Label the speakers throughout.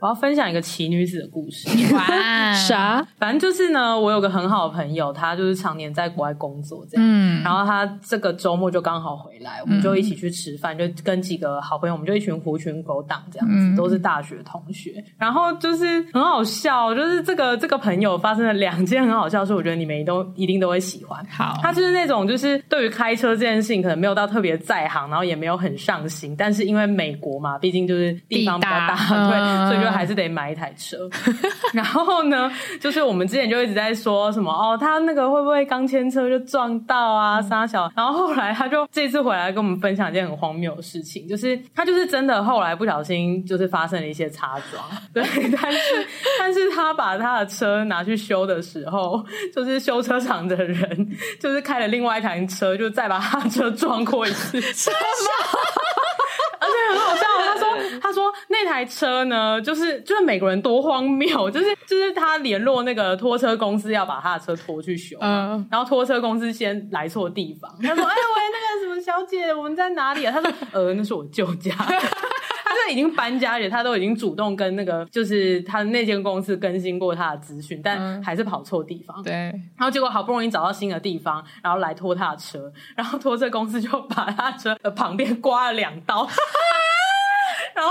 Speaker 1: 我要分享一个奇女子的故 事。
Speaker 2: 哇
Speaker 3: 啥？
Speaker 1: 反正就是呢，我有个很好的朋友，他就是常年在国外工作这样。
Speaker 2: 嗯，
Speaker 1: 然后他这个周末就刚好回来，我们就一起去吃饭，就跟几个好朋友，我们就一群狐群狗党这样子，
Speaker 2: 嗯
Speaker 1: 都是大学同学。然后就是很好笑，就是这个这个朋友发生了两件很好笑的事，我觉得你们都一定都会喜欢。
Speaker 2: 好，
Speaker 1: 他就是那种，就是对于开车这件事情，可能没有到特别在行，然后也没有很上心，但是因为美国嘛，毕竟就是地方比较大，
Speaker 2: 地大嗯
Speaker 1: 对，所以就还是得买一台车。 然后呢，就是我们之前就一直在说什么哦，他那个会不会刚签车就撞到
Speaker 2: 嗯
Speaker 1: 啊，傻小。然后后来他就这次回来跟我们分享一件很荒谬的事情，就是他就是真的后来不小心就是发生了一些擦撞，对， 但是但是他把他的车拿去修的时候，就是修车厂的人就是开了另外一台车，就再把他的车撞过一次。而且很好笑，他说他说那台车呢，就是就是美国人多荒谬，就是就是他联络那个拖车公司要把他的车拖去修，
Speaker 2: 嗯
Speaker 1: 然后拖车公司先来错地方，他说：“哎喂，那个什么小姐，我们在哪里啊？”他说：“呃，那是我舅家。” 他就已经搬家，而且他都已经主动跟那个就是他那间公司更新过他的资讯，但
Speaker 2: 嗯
Speaker 1: 还是跑错地方。
Speaker 2: 对，
Speaker 1: 然后结果好不容易找到新的地方，然后来拖他的车，然后拖车公司就把他车的旁边刮了两刀， 然后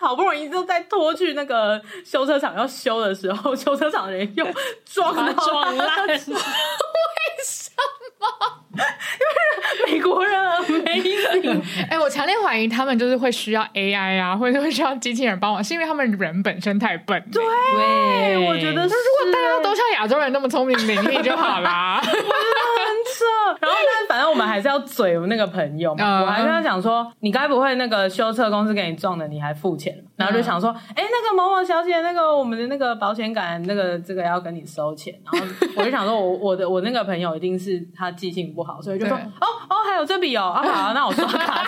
Speaker 1: 好不容易就在拖去那个修车厂要修的时候，修车厂的人又撞到
Speaker 3: 撞烂
Speaker 1: 他的车为什么？就是美国人 amazing，
Speaker 2: 哎，我强烈怀疑他们就是会需要 AI 啊，或者会需要机器人帮忙，是因为他们人本身太笨。对，
Speaker 1: 对，我觉得是。啊如果
Speaker 2: 大家都像亚洲人那么聪明伶俐就好啦。
Speaker 1: 这，然后但反正我们还是要嘴那个朋友嘛，
Speaker 2: 嗯
Speaker 1: 我还跟他讲说，你该不会那个修车公司给你撞的，你还付钱？然后就想说，哎、那个某某小姐，那个我们的那个保险杆，那个这个要跟你收钱。然后我就想说我，我的我那个朋友一定是他记性不好，所以就说，
Speaker 2: 对
Speaker 1: 哦哦，还有这笔哦，啊好啊，那我刷 卡。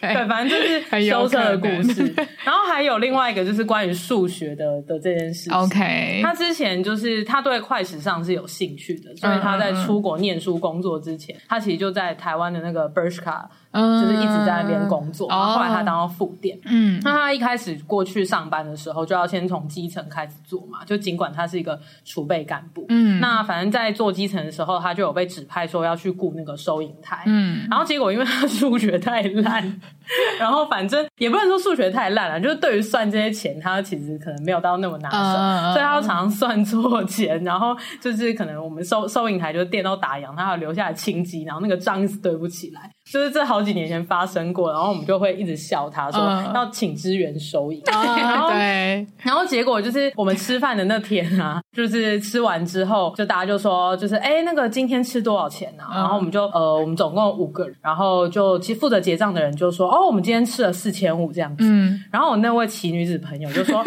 Speaker 2: 对
Speaker 1: 对，反正就是
Speaker 2: 很有
Speaker 1: 修车的
Speaker 2: 可
Speaker 1: 故
Speaker 2: 能
Speaker 1: 事。然后还有另外一个就是关于数学的的这件事情。
Speaker 2: OK，
Speaker 1: 他之前就是他对快时尚是有兴趣的，所以他在出国念书工作之前，他其实就在台湾的那个 Bershka
Speaker 2: 嗯
Speaker 1: 就是一直在那边工作，
Speaker 2: 哦
Speaker 1: 然后后来他当到副店。
Speaker 2: 嗯
Speaker 1: 那他一开始过去上班的时候，就要先从基层开始做嘛。就尽管他是一个储备干部，
Speaker 2: 嗯
Speaker 1: 那反正在做基层的时候，他就有被指派说要去雇那个收银台，
Speaker 2: 嗯，
Speaker 1: 然后结果因为他数学太烂， 然后反正也不能说数学太烂了，就是对于算这些钱，他其实可能没有到那么拿手，
Speaker 2: 嗯嗯嗯
Speaker 1: 所以他常常算错钱，然后就是可能我们收收银台就电到打烊，他还留下来清机，然后那个账一直对不起来，就是这好几年前发生过，然后我们就会一直笑他说、
Speaker 2: 嗯
Speaker 1: 要请支援收银，然
Speaker 2: 啊
Speaker 1: 后
Speaker 2: 对，
Speaker 1: 然后结果就是我们吃饭的那天啊，就是吃完之后，就大家就说，就是哎、诶那个今天吃多少钱啊？然后我们就呃，我们总共五个人，然后就其实负责结账的人就说，哦，我们今天吃了四千五这样子。
Speaker 2: 嗯，
Speaker 1: 然后我那位奇女子朋友 就说，哦，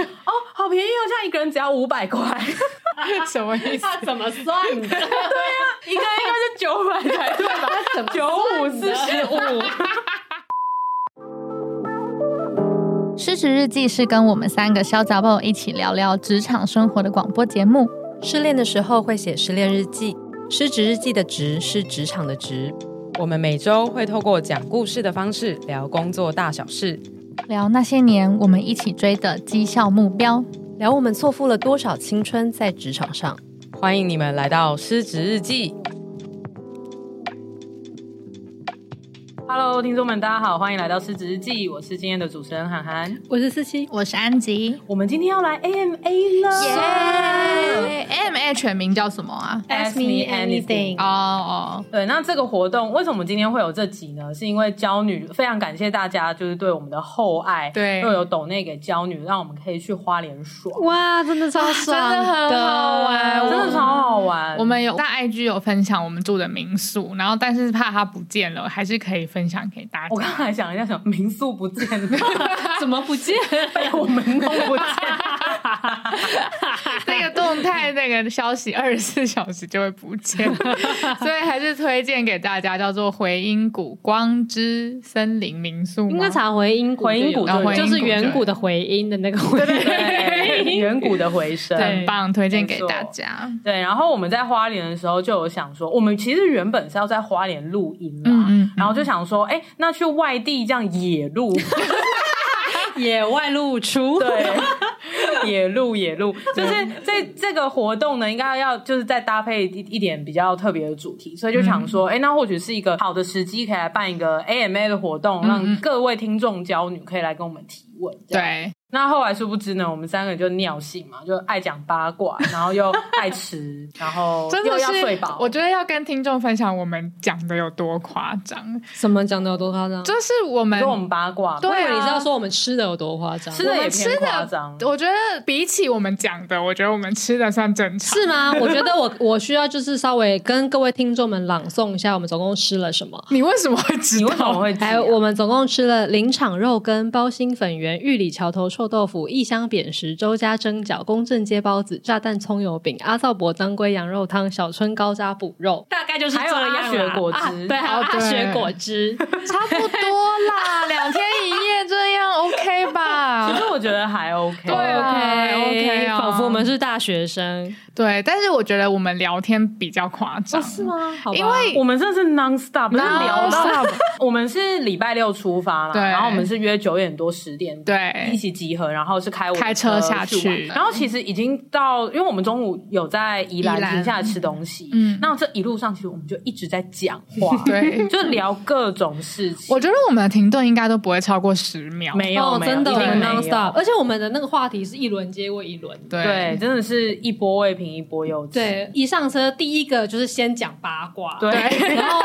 Speaker 1: 好便宜哦，这样一个人只要五百块，
Speaker 2: 什么 意思？
Speaker 3: 他怎么算的？
Speaker 1: 啊一个人应该是九百才对吧？
Speaker 3: 怎么
Speaker 1: 九五四十五。
Speaker 4: 失职日记是跟我们三个小杂宝一起聊聊职场生活的广播节目。
Speaker 5: 失恋的时候会写失恋日记，失职日记的职是职场的职。
Speaker 6: 我们每周会透过讲故事的方式聊工作大小事，
Speaker 4: 聊那些年我们一起追的绩效目标。
Speaker 5: 聊我们错付了多少青春在职场上。
Speaker 6: 欢迎你们来到失职日记。
Speaker 1: Hello，听众们，大家好，欢迎来到《失职日记》，我是今天的主持人涵涵。
Speaker 3: 我是思琪，
Speaker 4: 我是安吉，
Speaker 1: 我们今天要来 AMA 了。
Speaker 2: 耶！AMA 全名叫什么啊？
Speaker 1: Ask me anything。
Speaker 2: 哦哦，
Speaker 1: 对，那这个活动为什么我们今天会有这集呢？是因为娇女非常感谢大家，就是对我们的厚爱，
Speaker 2: 对
Speaker 1: 又有抖内给娇女，让我们可以去花莲爽，
Speaker 3: 哇， 真的超爽
Speaker 2: 真的很好
Speaker 4: 啊
Speaker 2: 玩
Speaker 1: 真的超好玩。
Speaker 2: 我们有在 IG 有分享我们住的民宿，然后但是怕它不见了，还是可以分享给大
Speaker 1: 我刚
Speaker 2: 家。
Speaker 1: 才想一下，想民宿不见了，
Speaker 3: 怎么不见？
Speaker 1: 被我们弄不见。
Speaker 2: 这个动
Speaker 4: 动态那个消息二十四小时就会不见， 所以还是推荐给大家叫做回音谷光之森林民宿吗，
Speaker 3: 应该查回音谷就有，
Speaker 1: 回音谷
Speaker 4: 对
Speaker 3: 就是远古
Speaker 4: 对
Speaker 3: 的回音的那个回
Speaker 1: 对，
Speaker 3: 音。
Speaker 1: 远古的回声。
Speaker 4: 很棒，推荐
Speaker 1: 没
Speaker 4: 给
Speaker 1: 错
Speaker 4: 大家。
Speaker 1: 对，然后我们在花莲的时候就有想说，我们其实原本是要在花莲录音啦，
Speaker 4: 嗯嗯
Speaker 1: 然后就想说，哎、那去外地这样野录，
Speaker 3: 野外露出，
Speaker 1: 对， 野路野路，就是这这个活动呢，应该要就是再搭配一一点比较特别的主题，所以就
Speaker 4: 嗯
Speaker 1: 想说，哎、那或许是一个好的时机，可以来办一个 AMA 的活动，让各位听众娇女可以来跟我们提问。这样，
Speaker 4: 嗯对，
Speaker 1: 那后来殊不知呢，我们三个就尿性嘛，就爱讲八卦，然后又爱吃，然后
Speaker 4: 真
Speaker 1: 又
Speaker 4: 的
Speaker 1: 要
Speaker 4: 是
Speaker 1: 睡饱，
Speaker 4: 我。觉得要跟听众分享我们讲的有多夸张，
Speaker 3: 什么讲的有多夸张？
Speaker 4: 就是我们
Speaker 1: 跟我们八卦嘛，
Speaker 4: 对
Speaker 3: 我以为
Speaker 4: 啊
Speaker 3: 你是要说我们吃的有多夸张？
Speaker 1: 吃的也偏
Speaker 4: 吃的
Speaker 1: 夸张，
Speaker 4: 我觉得比起我们讲的，我觉得我们吃的算正常。
Speaker 3: 是吗？我觉得我 我需要就是稍微跟各位听众们朗诵一下，我们总共吃了什么。
Speaker 4: 你为什么会知
Speaker 1: 你为什么
Speaker 4: 道？
Speaker 1: 会记啊？
Speaker 3: 还哎有，我们总共吃了林场肉羹、包心粉圆、玉里桥头臭豆腐、异乡扁食、周家蒸饺、公正街包子、炸弹葱油饼、阿造伯当归羊肉汤、小春高渣补肉，大概就是
Speaker 1: 还有
Speaker 3: 这样
Speaker 1: 阿雪
Speaker 3: 啦
Speaker 1: 果汁
Speaker 3: 啊对，还有
Speaker 4: 哦
Speaker 3: 阿
Speaker 4: 对
Speaker 3: 雪果汁，
Speaker 4: 差不多啦，两天一 夜这样 OK
Speaker 1: 其
Speaker 4: 吧？
Speaker 1: 实我觉得还 OK，
Speaker 4: 对啊 OK 啊
Speaker 3: 哎仿佛我们是大学生，
Speaker 4: 对，但是我觉得我们聊天比较夸张，
Speaker 3: 啊哦是吗？好吧
Speaker 4: 因为
Speaker 1: 我们这是 non stop，就是聊到
Speaker 4: Non-stop
Speaker 1: 我们是礼拜六出发啦，
Speaker 4: 对
Speaker 1: 然后我们是约九点多十点一
Speaker 4: 对
Speaker 1: 起集合，然后是开我的
Speaker 4: 开
Speaker 1: 车
Speaker 4: 车下去
Speaker 1: 玩然后其实已经到，因为我们中午有在宜兰
Speaker 4: 宜兰
Speaker 1: 停下来吃东西，
Speaker 4: 嗯，，
Speaker 1: 那这一路上其实我们就一直在讲话
Speaker 4: 对。
Speaker 1: 就聊各种事情。
Speaker 4: 我觉得我们的停顿应该都不会超过十秒，
Speaker 1: 没有，
Speaker 3: 哦，
Speaker 1: 没有
Speaker 3: 真的，
Speaker 1: 一
Speaker 3: 我
Speaker 1: 定
Speaker 3: 们
Speaker 1: 没有
Speaker 3: non stop，而且我们的那个话题是一轮接过一轮。
Speaker 4: 对
Speaker 1: 对，真的是一波未平一波又起。
Speaker 3: 对，一上车第一个就是先讲八卦，
Speaker 1: 对，
Speaker 3: 然后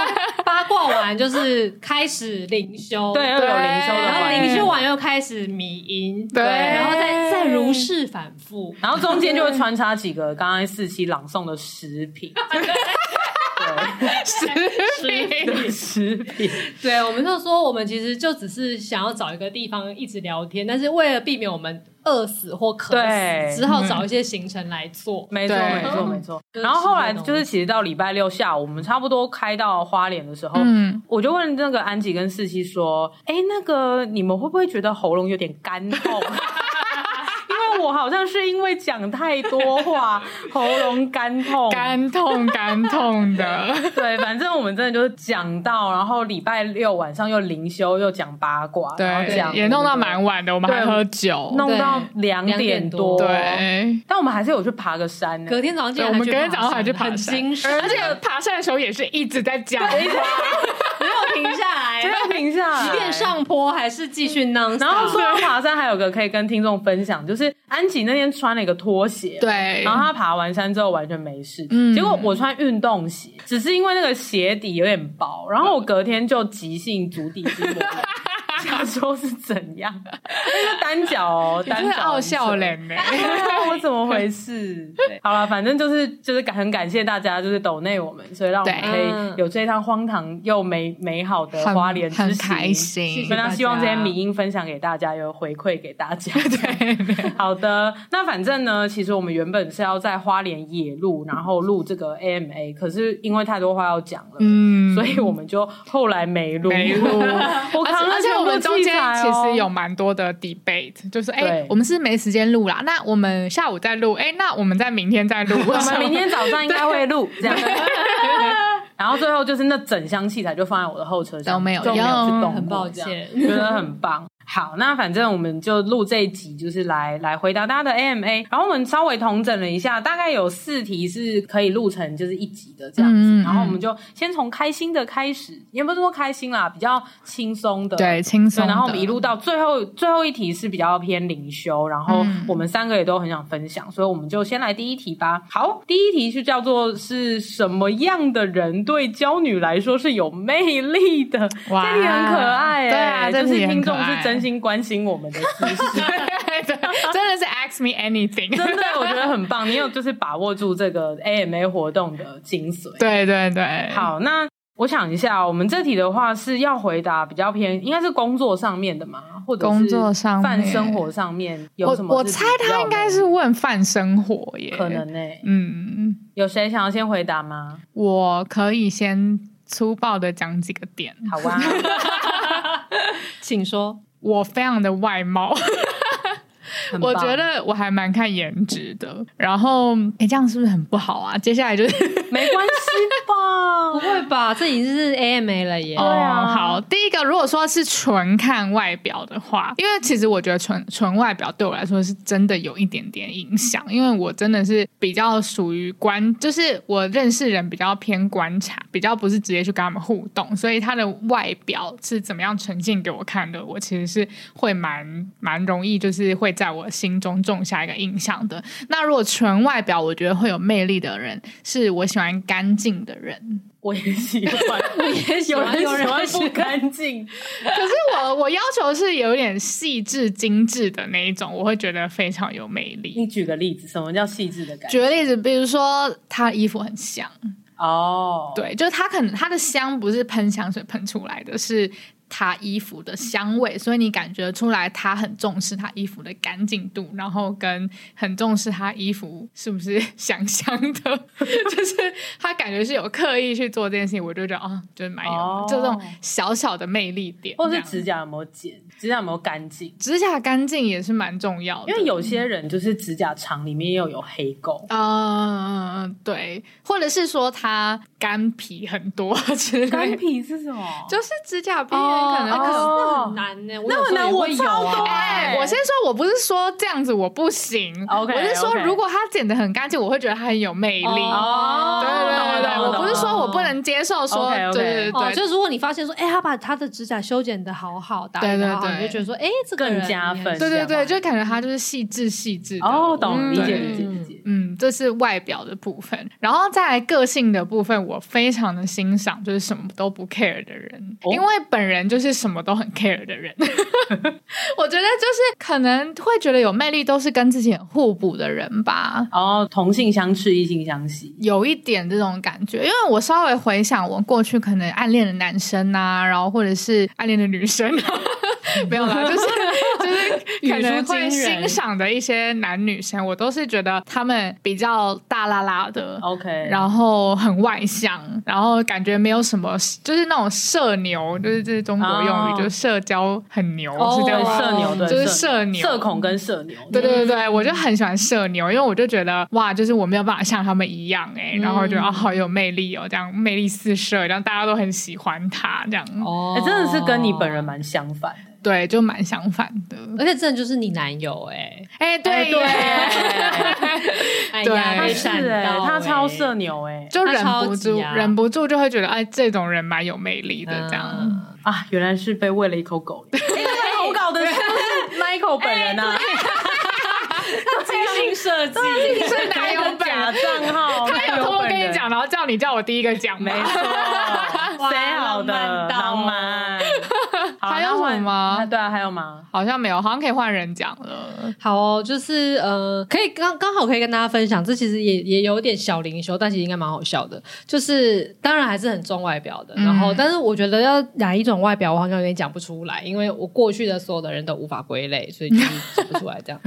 Speaker 3: 八卦完就是开始 灵修，
Speaker 1: 对，又有灵修的
Speaker 3: 然后
Speaker 1: 环
Speaker 3: 灵
Speaker 1: 节，
Speaker 3: 修完又开始迷音，
Speaker 4: 对
Speaker 3: 然后再再如是反复。
Speaker 1: 然后中间就会穿插几个刚刚四期朗诵的食 品。对
Speaker 4: 十秒。
Speaker 1: 对，食品，
Speaker 3: 对，我们就说我们其实就只是想要找一个地方一直聊天，但是为了避免我们饿死或渴
Speaker 1: 对
Speaker 3: 死，只好找一些行程来做。
Speaker 1: 没错，
Speaker 4: 对
Speaker 1: 没错，没错。
Speaker 3: 嗯
Speaker 1: 然后后来就是，其实到礼拜六下午，我们差不多开到花莲的时候，
Speaker 4: 嗯，
Speaker 1: 我就问那个安吉跟四七说：“哎，那个你们会不会觉得喉咙有点干痛？” 因为我好像是因为讲太多话，喉咙干痛。
Speaker 4: 干痛干 痛的，
Speaker 1: 对，反正我们真的就是讲到，然后礼拜六晚上又灵修，又讲八卦，然后
Speaker 4: 对，
Speaker 1: 讲
Speaker 4: 也弄到蛮晚的，我们还
Speaker 1: 对
Speaker 4: 喝酒，
Speaker 1: 弄到两点
Speaker 3: 两点
Speaker 1: 多，
Speaker 3: 多
Speaker 4: 对，
Speaker 1: 但我们还是有去爬个山呢、
Speaker 3: 隔天早上竟
Speaker 4: 对，
Speaker 3: 然
Speaker 4: 我们隔天
Speaker 3: 爬
Speaker 4: 早上还去爬
Speaker 3: 很
Speaker 4: 山，
Speaker 3: 精神，
Speaker 4: 而且爬山的时候也是一直在讲话，
Speaker 3: 没有停 下来，
Speaker 4: 啊
Speaker 1: 没有停下来，
Speaker 3: 即便上坡还是继续 non。
Speaker 1: 然后说到爬山，还有个可以跟听众分享，就是安吉那天穿了一个拖鞋，。
Speaker 4: 对，
Speaker 1: 然后他爬完山之后完全没事，
Speaker 4: 嗯
Speaker 1: 结果我穿运动鞋，只是因为那个鞋底有点薄，然后我隔天就急性足底筋膜炎，想说是怎样，那个单脚哦，
Speaker 4: 你
Speaker 1: 单
Speaker 4: 真的
Speaker 1: 脚
Speaker 4: 傲笑
Speaker 1: 嘞。
Speaker 4: 脸呢，
Speaker 1: 啊我怎么回事？对好了，反正就是就是感很感谢大家，就是抖内我们，所以让我们
Speaker 4: 对
Speaker 1: 可以有这一趟荒唐又美美好的花莲
Speaker 4: 很
Speaker 1: 之
Speaker 4: 很
Speaker 1: 行。
Speaker 4: 开心
Speaker 1: 所，以那希望这些
Speaker 3: 大家
Speaker 1: 迷音分享给大家，有回馈给大家。
Speaker 4: 对，
Speaker 1: 好的，那反正呢，其实我们原本是要在花莲野路，然后录这个 AMA，可是因为太多话要讲了。
Speaker 4: 嗯，
Speaker 1: 所以我们就后来没录，
Speaker 4: 没录
Speaker 1: 我
Speaker 4: 而且
Speaker 1: 扛了
Speaker 4: 而且
Speaker 1: 全部
Speaker 4: 我们中间
Speaker 1: 器材
Speaker 4: 其
Speaker 1: 哦
Speaker 4: 实有蛮多的 debate，就是哎、
Speaker 1: 对
Speaker 4: 我们是没时间录啦，那我们下午再录，哎、那我们在明天再录，我
Speaker 1: 我们明天早上应该会录这样。 然后最后就是那整箱器材就放在我的后车厢，
Speaker 4: 都没有
Speaker 1: 就没有去
Speaker 4: 用
Speaker 1: 动，
Speaker 3: 很抱，歉，
Speaker 4: 哦
Speaker 1: 觉得很棒。好，那反正我们就录这一集，就是来来回答大家的 AMA。然后我们稍微统整了一下，大概有四题是可以录成就是一集的这样子。
Speaker 4: 嗯嗯嗯
Speaker 1: 然后我们就先从开心的开始，也不是说开心啦，比较轻松的。
Speaker 4: 对轻松
Speaker 1: 对，
Speaker 4: 的，
Speaker 1: 然后我们一路到最后最后一题是比较偏灵修，然后
Speaker 4: 嗯
Speaker 1: 我们三个也都很想分享，所以我们就先来第一题吧。好，第一题是叫做是什么样的人对娇女来说是有魅力的？
Speaker 4: 哇
Speaker 1: 这题很可爱、欸，
Speaker 4: 对啊
Speaker 1: 就
Speaker 4: 这
Speaker 1: 是
Speaker 4: 题很
Speaker 1: 听
Speaker 4: 可
Speaker 1: 众
Speaker 4: 爱
Speaker 1: 是真心关心我们的私事。
Speaker 4: 对对，真的是 ask me anything，
Speaker 1: 真的，我觉得很棒，你有就是把握住这个 AMA 活动的精髓。
Speaker 4: 对对对，
Speaker 1: 好，那我想一下，我们这题的话是要回答比较偏，应该是工作上面的嘛，或者是
Speaker 4: 工作上面
Speaker 1: 泛生活上面有
Speaker 4: 我
Speaker 1: 什么
Speaker 4: 我
Speaker 1: 是
Speaker 4: 猜
Speaker 1: 比较
Speaker 4: 他应该是问泛生活耶，
Speaker 1: 可能呢、欸？
Speaker 4: 嗯，
Speaker 1: 有谁想要先回答 吗？
Speaker 4: 我可以先粗暴的讲几个点，
Speaker 1: 好啊，
Speaker 3: 请说。
Speaker 4: 我非常的外貌。
Speaker 1: 很棒
Speaker 4: 我觉得我还蛮看颜值的，然后哎诶，这样是不是很不好啊？接下来就是
Speaker 1: 没关系
Speaker 3: 不
Speaker 1: 吧。
Speaker 3: 会吧？这已经是 AMA 了耶！
Speaker 4: 哦，
Speaker 1: 啊
Speaker 4: 好，第一个如果说是纯看外表的话，因为其实我觉得纯纯外表对我来说是真的有一点点影响，因为我真的是比较属于观，就是我认识人比较偏观察，比较不是直接去跟他们互动，所以他的外表是怎么样呈现给我看的，我其实是会蛮蛮容易，就是会在我心中种下一个印象的。那如果纯外表，我觉得会有魅力的人，是我喜欢干净的人。
Speaker 1: 我也喜 欢，我也
Speaker 3: 喜
Speaker 1: 有
Speaker 3: 欢
Speaker 1: 人
Speaker 3: 有人
Speaker 1: 喜欢
Speaker 3: 喜
Speaker 1: 不干净，
Speaker 4: 可是我我要求是有点细致精致的那一种，我会觉得非常有魅力。
Speaker 1: 你举个例子，什么叫细致的感
Speaker 4: 举
Speaker 1: 觉？
Speaker 4: 个例子，比如说他衣服很香，
Speaker 1: 哦，，
Speaker 4: 对，就是他可能他的香不是喷香水喷出来的，是他衣服的香味，所以你感觉出来他很重视他衣服的干净度，然后跟很重视他衣服是不是香香的， 就是他感觉是有刻意去做这件事情，我就觉得哦，就是蛮有、
Speaker 1: 哦
Speaker 4: 就这种小小的魅力点，
Speaker 1: 或
Speaker 4: 这
Speaker 1: 是
Speaker 4: 样
Speaker 1: 指甲有没有剪，指甲有没有干净？
Speaker 4: 指甲干净也是蛮重要的，
Speaker 1: 因为有些人就是指甲长，里面又有黑垢。
Speaker 4: 嗯，对，或者是说它干皮很多之类的，
Speaker 1: 干皮是什么？
Speaker 4: 就是指甲边缘可能
Speaker 1: 哦
Speaker 4: 可。
Speaker 3: 那很难呢、我
Speaker 1: 那么难，我
Speaker 3: 有时
Speaker 1: 超
Speaker 3: 候也会有
Speaker 1: 多
Speaker 3: 啊。
Speaker 1: 哎、
Speaker 4: 我先说，我不是说这样子我不行
Speaker 1: OK，
Speaker 4: 我是说
Speaker 1: OK
Speaker 4: 如果它剪得很干净，我会觉得它很有魅力。
Speaker 1: 哦
Speaker 4: 对对
Speaker 1: 懂
Speaker 4: 对对，
Speaker 1: 了懂了
Speaker 4: 我不是说我不能接受说，
Speaker 1: OK，OK
Speaker 4: 对对
Speaker 3: 哦，
Speaker 4: 对，
Speaker 3: 就如果你发现说，哎、他把他的指甲修剪的好好，打理的好好，
Speaker 4: 对对对
Speaker 3: 你就觉得说，哎、这个
Speaker 1: 更
Speaker 3: 人
Speaker 1: 加分
Speaker 3: 你很
Speaker 4: 对对对，
Speaker 1: 是这
Speaker 4: 就感觉它就是细致细致的。
Speaker 1: 哦，懂，
Speaker 4: 嗯
Speaker 1: 理解
Speaker 4: 对
Speaker 1: 理解理解。
Speaker 4: 嗯，这是外表的部分，然后再来个性的部分，我非常的欣赏，就是什么都不 care 的人，
Speaker 1: 哦
Speaker 4: 因为本人就是什么都很 care 的人。 我觉得就是可能会觉得有魅力，都是跟自己很互补的人吧。
Speaker 1: 然后哦同性相斥，异性相吸。
Speaker 4: 有一点这种感觉，因为我稍微回想我过去可能暗恋的男生啊，然后或者是暗恋的女生、啊， 没有 啦，就是就是可能会欣赏的一些男女生，我都是觉得他们比较大啦啦的
Speaker 1: OK，
Speaker 4: 然后很外向，然后感觉没有什么，就是那种社牛，就是这是中国用语，
Speaker 1: 哦
Speaker 4: 就是社交很牛，
Speaker 3: 哦
Speaker 4: 是这
Speaker 1: 对
Speaker 4: 样吗？
Speaker 1: 社牛，对，
Speaker 4: 就是社牛
Speaker 1: 社恐跟社牛。
Speaker 4: 对对对对，我就很喜欢社牛，因为我就觉得哇，就是我没有办法像他们一样哎、
Speaker 3: 嗯
Speaker 4: 然后觉得、啊好有魅力哦，这样魅力四射，然后大家都很喜欢他这样，
Speaker 3: 哦
Speaker 1: 哎、真的是跟你本人蛮相反的。
Speaker 4: 对，就蛮相反的。
Speaker 3: 哦而且真的就是你男友哎、
Speaker 4: 哎、对耶，
Speaker 3: 哎
Speaker 4: 对
Speaker 3: 呀，
Speaker 4: 他
Speaker 3: 没
Speaker 4: 是
Speaker 3: 想
Speaker 1: 哎、
Speaker 3: 到、
Speaker 1: 他超社，牛哎、
Speaker 4: 就忍
Speaker 3: 他
Speaker 4: 不
Speaker 3: 超
Speaker 4: 住、
Speaker 3: 级啊
Speaker 4: 忍不住就会觉得哎，这种人蛮有魅力的这样。
Speaker 3: 嗯
Speaker 1: 啊，原来是被喂了一口 狗粮。哎那个投稿的是不是 Michael 本人
Speaker 4: 哎
Speaker 1: 啊？
Speaker 3: 精心设计，
Speaker 4: 是男友本
Speaker 1: 假
Speaker 4: 人，
Speaker 1: 账号，
Speaker 4: 他有
Speaker 1: 男友
Speaker 4: 偷偷
Speaker 1: 本
Speaker 4: 跟
Speaker 1: 人
Speaker 4: 你讲，然后叫你叫我第一个讲
Speaker 1: 没
Speaker 4: 吗？
Speaker 1: 错，谁好的
Speaker 3: 浪漫到
Speaker 1: 浪漫？好
Speaker 4: 还有
Speaker 1: 那换
Speaker 4: 什么吗
Speaker 1: 啊对啊，还有吗？
Speaker 4: 好像没有，好像可以换人讲了。
Speaker 3: 好哦，就是呃，可以刚刚好可以跟大家分享，这其实也也有点小灵修，但其实应该蛮好笑的。就是当然还是很重外表的，
Speaker 4: 嗯
Speaker 3: 然后、但是我觉得 要 哪一种外表，我好像有点讲不出来，因为我过去的所有的人都无法归类，所以就是讲不出来这样，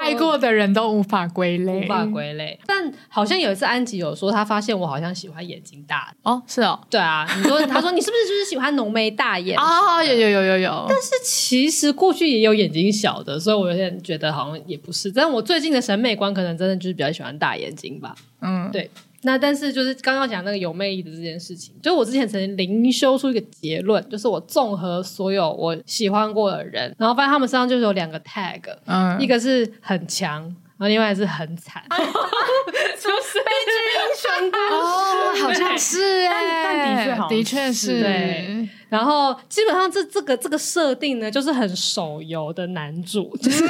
Speaker 4: 爱过的人都无法归类，
Speaker 3: 无法归类。但好像有一次安吉有说，他发现我好像喜欢眼睛大的。
Speaker 4: 哦，是哦，
Speaker 3: 对啊， 你说他说你是不是就是喜欢浓眉大眼？
Speaker 4: 哦，有有有有有，但是
Speaker 3: 其实过去也有眼睛小的，所以我有点觉得好像也不是。但我最近的审美观可能真的就是比较喜欢大眼睛吧。
Speaker 4: 嗯，
Speaker 3: 对，那但是就是刚刚讲那个有魅力的这件事情，就我之前曾经灵修出一个结论，就是我综合所有我喜欢过的人，然后发现他们身上就是有两个 tag，、
Speaker 4: 嗯
Speaker 3: 一个是很强，然后另外是很惨。
Speaker 4: 哦，好像是哎，
Speaker 1: 但但的确好像
Speaker 4: 的确是，
Speaker 3: 对然后基本上这这个这个设定呢，就是很手游的男主，就是、
Speaker 4: 哦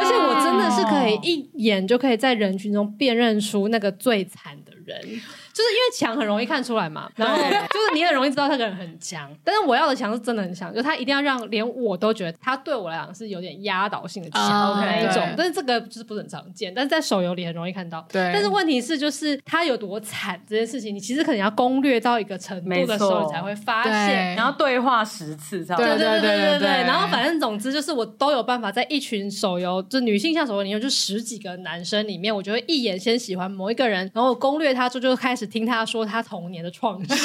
Speaker 3: 而且我真的是可以一眼就可以在人群中辨认出那个最惨的人。人，就是因为强很容易看出来嘛，然后就是你很容易知道这个人很强，但是我要的强是真的很强，就他一定要让连我都觉得他对我来讲是有点压倒性的强
Speaker 4: 啊
Speaker 3: 的那一种
Speaker 4: 对，
Speaker 3: 但是这个就是不是很常见，但是在手游里很容易看到。
Speaker 4: 对
Speaker 3: 但是问题是，就是他有多惨这件事情，你其实可能要攻略到一个程度
Speaker 1: 没
Speaker 3: 的
Speaker 1: 错
Speaker 3: 时候，你才会发现。
Speaker 4: 对
Speaker 1: 然后对话十次差不多
Speaker 4: 对。
Speaker 3: 对对
Speaker 4: 对
Speaker 3: 对
Speaker 4: 对
Speaker 3: 然后反正总之就是我都有办法在一群手游，就女性向手游里面，就十几个男生里面，我就会一眼先喜欢某一个人，然后我攻略他之后就开始听他说他童年的创 伤。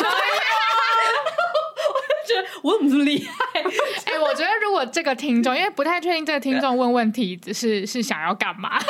Speaker 3: 我就觉得我怎么这么厉害？
Speaker 4: 哎、我觉得如果这个听 众，因为不太确定这个听众问问题是是想要干嘛。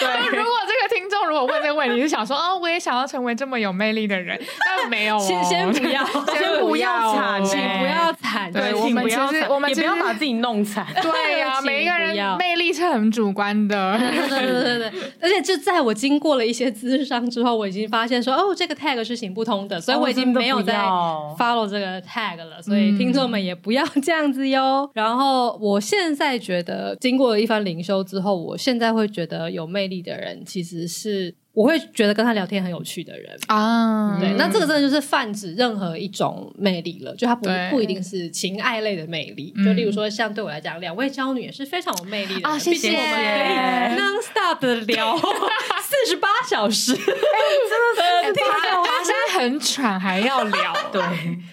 Speaker 4: 对，如果这个听众如果问这个问题是想说，哦，我也想要成为这么有魅力的人，那没 有、哦，
Speaker 3: 先 先不要，
Speaker 4: 先不要
Speaker 1: 惨
Speaker 3: 请
Speaker 4: 哎
Speaker 3: 不要惨。
Speaker 4: 对
Speaker 1: 请
Speaker 4: 我们
Speaker 1: 不要
Speaker 4: 其实
Speaker 1: 惨
Speaker 4: 我们
Speaker 1: 也
Speaker 4: 其
Speaker 1: 不
Speaker 4: 实
Speaker 1: 要把自己弄惨。
Speaker 4: 对呀、
Speaker 3: 请
Speaker 4: 每一个
Speaker 3: 不
Speaker 4: 人
Speaker 3: 要
Speaker 4: 魅力是很主观 的。
Speaker 3: 对对对对对，而且就在我经过了一些咨商之后，我已经发现说，哦，这个 tag 是行不通的，所以
Speaker 1: 哦
Speaker 3: 我已经没有
Speaker 1: 真的
Speaker 3: 在
Speaker 1: 不要
Speaker 3: follow 这个 tag 了，所
Speaker 4: 嗯
Speaker 3: 以听众们也不要这样子哟。然后我现在觉得，经过了一番灵修之后，我现在会觉得有魅力的人其实是。我会觉得跟他聊天很有趣的人，
Speaker 4: 啊，
Speaker 3: 对，那这个真的就是泛指任何一种魅力了，就它不
Speaker 4: 对
Speaker 3: 不一定是情爱类的魅力，
Speaker 4: 嗯
Speaker 3: 就例如说像对我来讲，两位娇女也是非常有魅力的
Speaker 4: 啊，
Speaker 3: 人
Speaker 4: 谢谢
Speaker 3: 毕竟我们可以
Speaker 4: 哎
Speaker 3: non stop 的聊四十八小时，
Speaker 4: 哎他他现在很喘，还要聊，
Speaker 1: 对，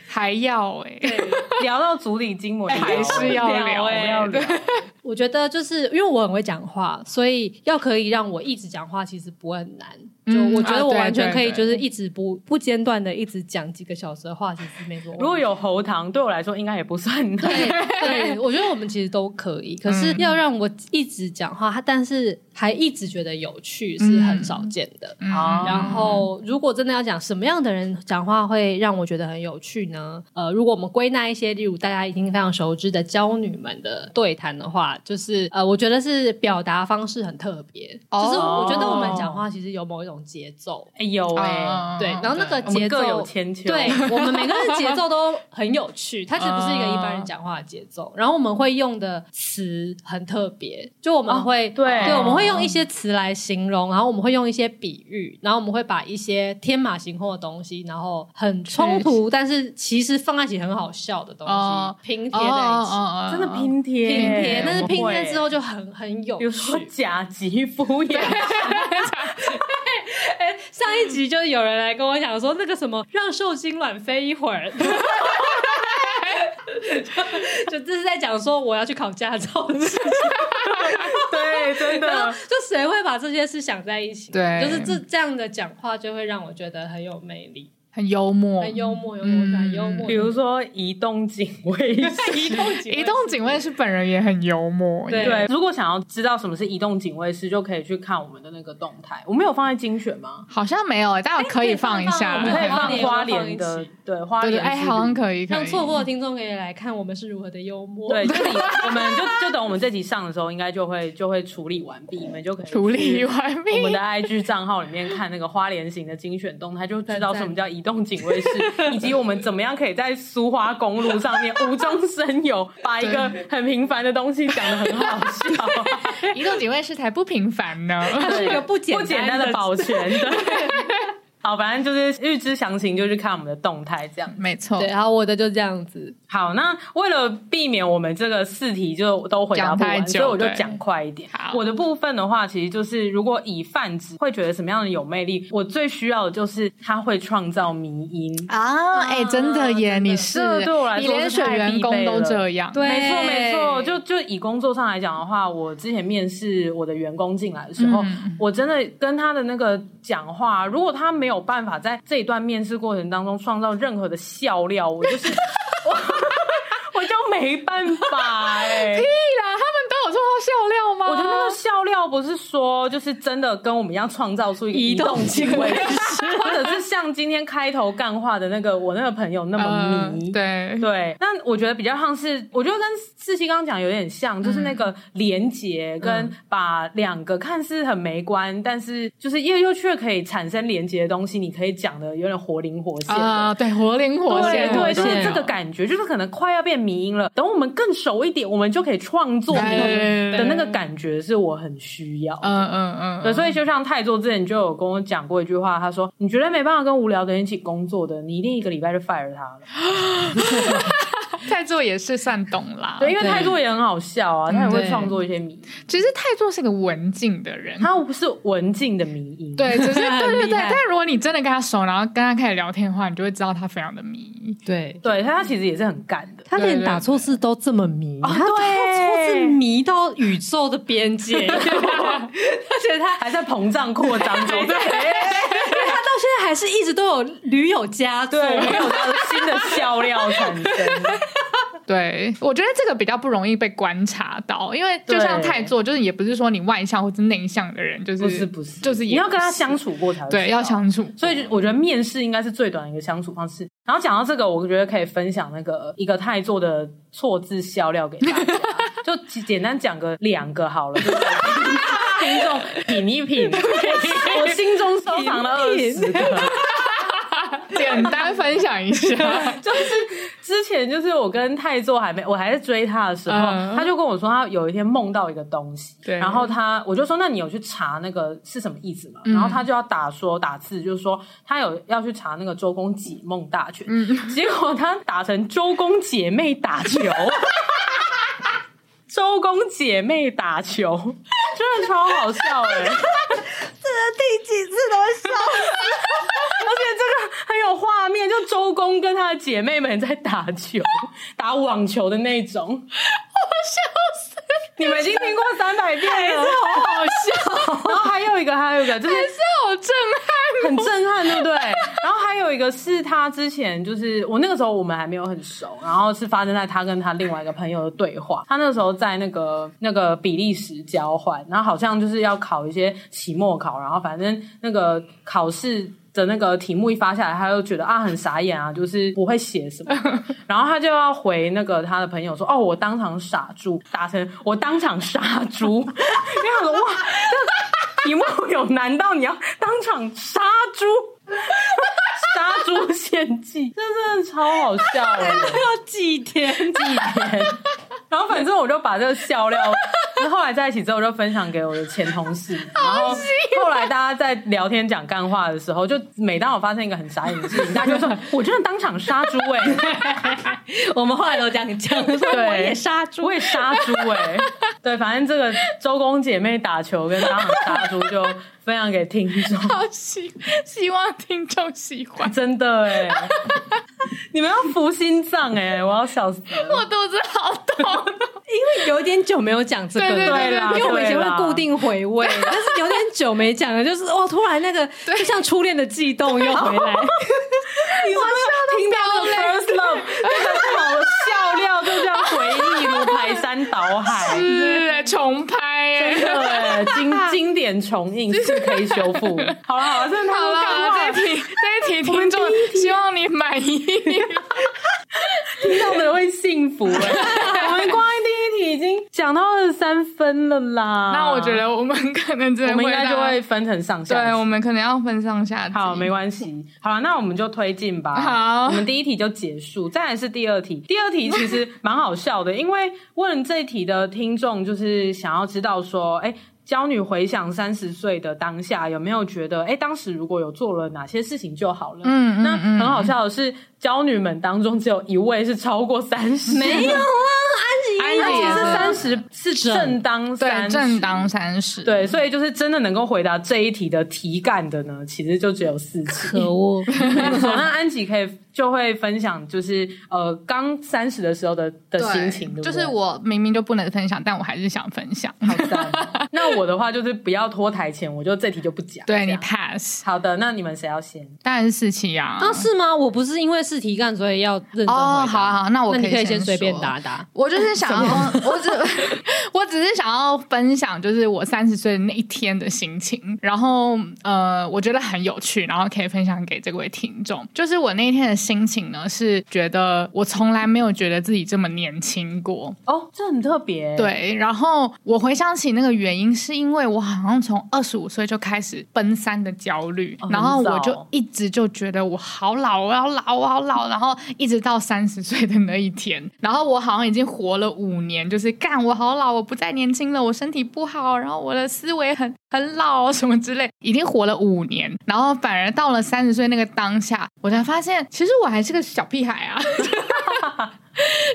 Speaker 4: 还要哎、
Speaker 1: 聊到足底筋膜炎，
Speaker 4: 还是要聊哎、
Speaker 1: 要聊
Speaker 4: 对。
Speaker 3: 我觉得就是因为我很会讲话，所以要可以让我一直讲话，其实不会很难。
Speaker 4: 嗯
Speaker 3: 就我觉
Speaker 4: 啊
Speaker 3: 得我
Speaker 4: 对
Speaker 3: 完全可以，
Speaker 4: 对
Speaker 3: 就是一直不不间断的一直讲几个小时的话，其实没什么问题。
Speaker 1: 如果有喉糖，对我来说应该也不算难。
Speaker 3: 对，我觉得我们其实都可以，可是要让我一直讲话，他但是还一直觉得有趣是很少见的。
Speaker 4: 嗯
Speaker 1: 好
Speaker 3: 然后，如果真的要讲什么样的人讲话会让我觉得很有趣呢？呃，如果我们归纳一些，例如大家已经非常熟知的娇女们的对谈的话，就是呃，我觉得是表达方式很特别，就是我觉得我们讲话其实有某一种节奏，
Speaker 1: 哎有哎，
Speaker 4: 啊
Speaker 3: 对，然后那个
Speaker 1: 我们
Speaker 3: 节奏
Speaker 1: 各有千秋。
Speaker 3: 对我们每个人的节奏都很有趣，它其实不是一个一般人讲话的节奏。然后我们会用的词很特别，就我们会、
Speaker 1: 哦对
Speaker 3: 我们会用一些词来形容，然后我们会用一些比喻，然后我们会把一些天马行空的东西，然后很冲突，但是其实放在一起很好笑的东西、
Speaker 4: 哦
Speaker 3: 拼
Speaker 4: 哦
Speaker 3: 贴在一起。
Speaker 4: 哦哦，
Speaker 1: 哎真的拼贴，
Speaker 3: 拼贴，但是拼
Speaker 1: 我
Speaker 3: 贴
Speaker 1: 会
Speaker 3: 之后就很很有
Speaker 1: 比如说
Speaker 3: 趣。
Speaker 1: 甲级 敷衍，
Speaker 3: 上一集就有人来跟我讲说那个什么让受精卵飞一会儿， 就这是在讲说我要去考驾照的事情，
Speaker 1: 对，啊真的。
Speaker 3: 就谁会把这些事想在一起？
Speaker 4: 哦对
Speaker 3: 就是这这样的讲话就会让我觉得很有魅力，
Speaker 4: 很幽
Speaker 1: 哦
Speaker 4: 默，
Speaker 3: 很幽默，幽默感，
Speaker 4: 嗯
Speaker 3: 幽 默。
Speaker 1: 比如说移动警卫室
Speaker 3: 移动警卫
Speaker 4: 移动警卫是本人也很幽默，
Speaker 3: 对
Speaker 1: 对，如果想要知道什么是移动警卫室，就可以去看我们的那个动态。我们有放在精选吗？
Speaker 4: 好像没有，但我可以放一下
Speaker 3: 我
Speaker 1: 我
Speaker 3: 们
Speaker 1: 们
Speaker 3: 可
Speaker 1: 可
Speaker 3: 以
Speaker 1: 以
Speaker 3: 放
Speaker 1: 放花
Speaker 3: 放一
Speaker 1: 莲
Speaker 3: 起
Speaker 1: 的，对花
Speaker 4: 对对，
Speaker 1: 莲之
Speaker 4: 哎，
Speaker 1: 旅。
Speaker 4: 好像可以，可
Speaker 3: 让
Speaker 4: 以
Speaker 3: 错过的听众可以来看我们是如何的幽默。
Speaker 1: 对，就是以我们就就等我们这集上的时候，应该就会就会处理完毕，你们就可以
Speaker 4: 处理
Speaker 1: 去
Speaker 4: 完
Speaker 1: 我们
Speaker 4: 毕
Speaker 1: 的 IG 账号里面看那个花莲型的精选动态，就知道什么叫移动警卫 室，以及我们怎么样可以在苏花公路上面无中生有，把一个很平凡的东西讲得很好笑。
Speaker 4: 移动警卫室才不平凡呢。
Speaker 3: 它是一个不简
Speaker 1: 不简单
Speaker 3: 单
Speaker 1: 的
Speaker 3: 宝
Speaker 1: 保全的。好，反正就是预知详情，就去看我们的动态这样。
Speaker 4: 没错
Speaker 3: 对，，然后我的就这样子，
Speaker 1: 好，那为了避免我们这个四题就都回答不
Speaker 4: 讲太
Speaker 1: 完，
Speaker 4: 久
Speaker 1: 所以我就
Speaker 4: 对
Speaker 1: 讲快一点
Speaker 4: 好。
Speaker 1: 我的部分的话，其实就是如果以泛指会觉得什么样的有魅力，我最需要的就是他会创造迷因。
Speaker 4: 啊，哎，真的耶，你是
Speaker 1: 这个对我来
Speaker 4: 你
Speaker 1: 说
Speaker 4: 连
Speaker 1: 是太
Speaker 4: 选员
Speaker 1: 必
Speaker 4: 工
Speaker 1: 备
Speaker 4: 都
Speaker 1: 了
Speaker 4: 这样，
Speaker 3: 对
Speaker 1: 没错没错，就就以工作上来讲的话，我之前面试我的员工进来的时候，
Speaker 4: 嗯
Speaker 1: 我真的跟他的那个讲话，如果他没有办法在这一段面试过程当中创造任何的笑料，我就是我我就没办法哎、
Speaker 4: 对啦，他们都有做到笑料吗？
Speaker 1: 我觉得那个笑料不是说就是真的跟我们一样创造出一个
Speaker 3: 移
Speaker 1: 移
Speaker 3: 动
Speaker 1: 动行为，或者是像今天开头干话的那个我那个朋友那么迷，
Speaker 4: 嗯对
Speaker 1: 对，那我觉得比较像是，我觉得跟四七刚刚讲有点像，就是
Speaker 4: 嗯
Speaker 1: 那个连结跟把两个看似很没关，但是就是又又却可以产生连结的东西，你可以讲的有点活灵活现的。
Speaker 4: 啊，对，活灵活
Speaker 1: 对
Speaker 4: 现，
Speaker 1: 对，就
Speaker 4: 活
Speaker 1: 是
Speaker 4: 现哦
Speaker 1: 这个感觉，就是可能快要变迷音了。等我们更熟一点，我们就可以创作迷
Speaker 4: 对对对对
Speaker 1: 音，
Speaker 4: 对对
Speaker 1: 的那个感觉是我很需要的。
Speaker 4: 嗯嗯嗯，
Speaker 1: 对，所以就像泰座之前就有跟我讲过一句话，他说：“你觉得没办法跟无聊的人一起工作的，你一定一个礼拜就 fire 他了。
Speaker 4: 泰座也是算懂
Speaker 1: 啊
Speaker 4: 啦”。
Speaker 1: 对，因为
Speaker 6: 对
Speaker 1: 泰座也很好笑啊，他也
Speaker 4: 嗯对
Speaker 1: 会创作一些迷，
Speaker 4: 其实泰座是个文静的人，
Speaker 1: 他不是文静的迷音。
Speaker 4: 对，只 是对对对。
Speaker 6: 厉害
Speaker 4: 但如果你真的跟他熟，然后跟他开始聊天的话，你就会知道他非常的迷。
Speaker 6: 对，
Speaker 1: 对，他他其实也是很干的。
Speaker 3: 他连打错字都这么迷，他打错字迷到宇宙的边界， 他
Speaker 1: 而且他还在膨胀扩张中， 对
Speaker 3: 到现在还是一直都有驴友佳作。
Speaker 1: 对，没有他的新的笑料产 生。
Speaker 4: 对，我觉得这个比较不容易被观察到，因为就像
Speaker 1: 对
Speaker 4: 泰座，就是也不是说你外向或者内向的人，就是
Speaker 1: 不是不是，
Speaker 4: 就是
Speaker 1: 你
Speaker 4: 也
Speaker 1: 要跟他
Speaker 4: 不是
Speaker 1: 相处过才会
Speaker 4: 对
Speaker 1: 知道
Speaker 4: 要相处，
Speaker 1: 所以就我觉得面试应该是最短的一个相处方式。然后讲到这个，我觉得可以分享那个一个泰做的错字笑料给大家，就简简单讲个两个好了。就是 听众品一品，我我心中收藏了二十个。
Speaker 4: 简单分享一下。
Speaker 1: 就是之前就是我跟泰座还没，我还在追他的时候，
Speaker 4: 嗯
Speaker 1: 他就跟我说他有一天梦到一个东西，
Speaker 4: 对
Speaker 1: 然后他我就说那你有去查那个是什么意思吗？
Speaker 4: 嗯
Speaker 1: 然后他就要打说打字，就是说他有要去查那个周公解梦大全，
Speaker 4: 嗯
Speaker 1: 结果他打成周公姐妹打 球。周公姐妹打球，真的超好笑哎、而且这个很有画面，就周公跟他的姐妹们在打球，打网球的那种。我笑死！ 你们已经听过三百遍了，好好笑。然后还有一个，还有一个就是
Speaker 4: 好震撼！
Speaker 1: 很震撼，对不对？然后还有一个是他之前就是我那个时候我们还没有很熟，然后是发生在他跟他另外一个朋友的对话。他那个时候在那个那个比利时交换，然后好像就是要考一些期末考，然后反正那个考试。的那个题目一发下来，他就觉得啊很傻眼啊，就是不会写什么，然后他就要回那个他的朋友说：“哦，我当场傻住，打成我当场杀猪。”因 为他说：“哇， 题目有难到你要当场杀猪？ 杀猪献祭，这真的超好笑的，要祭天祭天。然后反正我就把这个笑料，后来在一起之后就分享给我的前同事，然后后来大家在聊天讲干话的时候，就每当我发生一个很傻眼的事情，大家就说我真的当场杀猪哎、
Speaker 3: 我们后来都这样讲，说
Speaker 1: 对
Speaker 3: 我也杀猪，
Speaker 1: 我也杀猪哎、对，反正这个周公姐妹打球跟当场杀猪就分享给听众。
Speaker 4: 好希希望听众喜欢。
Speaker 1: 真的哎、你们要服心脏哎、我要笑死了。
Speaker 4: 我肚子好痛，
Speaker 3: 有点久没有讲这个了，
Speaker 4: 对对
Speaker 1: 对啦
Speaker 3: 因为我们以前
Speaker 1: 对啦
Speaker 3: 会固定回 味，但是有点久没讲了，就是哇，突然那个就像初恋的悸动又回 来，
Speaker 1: 你是不是听到那个 first love 那个好笑料，就这样回忆如排山倒 海。
Speaker 4: 是重拍耶、
Speaker 1: 真的哎、经经典重映是可以修复。好了好了，真的
Speaker 4: 好
Speaker 1: 干
Speaker 4: 啦，
Speaker 1: 话
Speaker 4: 这一题这一题听众希望你满意。
Speaker 1: 听到的人会幸福哎、 我们光第一题已经讲到二十三分了啦。
Speaker 4: 那我觉得我们可能真
Speaker 1: 啊我
Speaker 4: 的
Speaker 1: 们应该
Speaker 4: 让
Speaker 1: 就会，分成上下集。
Speaker 4: 对我们可能要分上下集。
Speaker 1: 好，没关系。好了，那我们就推进吧。
Speaker 4: 好
Speaker 1: 我们第一题就结束，再来是第二题。第二题其 实蛮好笑的，因为问这题的听众就是想要知道说，哎、娇女回想三十岁的当下，有没有觉得，哎、当时如果有做了哪些事情就好了？
Speaker 4: 嗯嗯
Speaker 1: 那
Speaker 4: 嗯
Speaker 1: 很好笑的是，娇女们当中只有一位是超过三十，没有，
Speaker 4: 安迪也
Speaker 1: 是
Speaker 4: 是
Speaker 1: 三十是正当
Speaker 4: 对
Speaker 1: 三
Speaker 4: 正当三十，
Speaker 1: 对，所以就是真的能够回答这一题的题干的呢，其实就只有四题。
Speaker 3: 可 恶，
Speaker 1: 没错，那安吉可以就会分享，就是呃，刚三十的时候的的心情，对不对
Speaker 4: 就是我明明就不能分享，但我还是想分享。
Speaker 1: 好赞哦。那我的话就是不要拖台前，我就这题就不讲。
Speaker 4: 对
Speaker 1: 这
Speaker 4: 你
Speaker 1: 样
Speaker 4: pass，
Speaker 1: 好的，那你们谁要先？
Speaker 4: 当然是四期啊。
Speaker 3: 啊是吗？我不是因为是题干，所以要认真回答
Speaker 4: 哦，好啊好啊，那我
Speaker 3: 那你可以
Speaker 4: 先
Speaker 3: 先随便
Speaker 4: 说
Speaker 3: 答答。
Speaker 4: 我就是想要， 我只我只是想要分享，就是我三十岁的那一天的心情。然后呃，我觉得很有趣，然后可以分享给这位听众。就是我那一天的心情呢，是觉得我从来没有觉得自己这么年轻过。
Speaker 1: 哦，这很特别。，
Speaker 4: 对，然后我回想起那个原因，是因为我好像从二十五岁就开始奔三的焦虑，
Speaker 1: 哦
Speaker 4: 然后
Speaker 1: 很早
Speaker 4: 我就一直就觉得我好老， 我要老，我好老，然后一直到三十岁的那一天，然后我好像已经活了五五年，就是干我好老，我不再年轻了，我身体不好，然后我的思维很很老什么之类，已经活了五年，然后反而到了三十岁那个当下，我才发现其实我还是个小屁孩啊。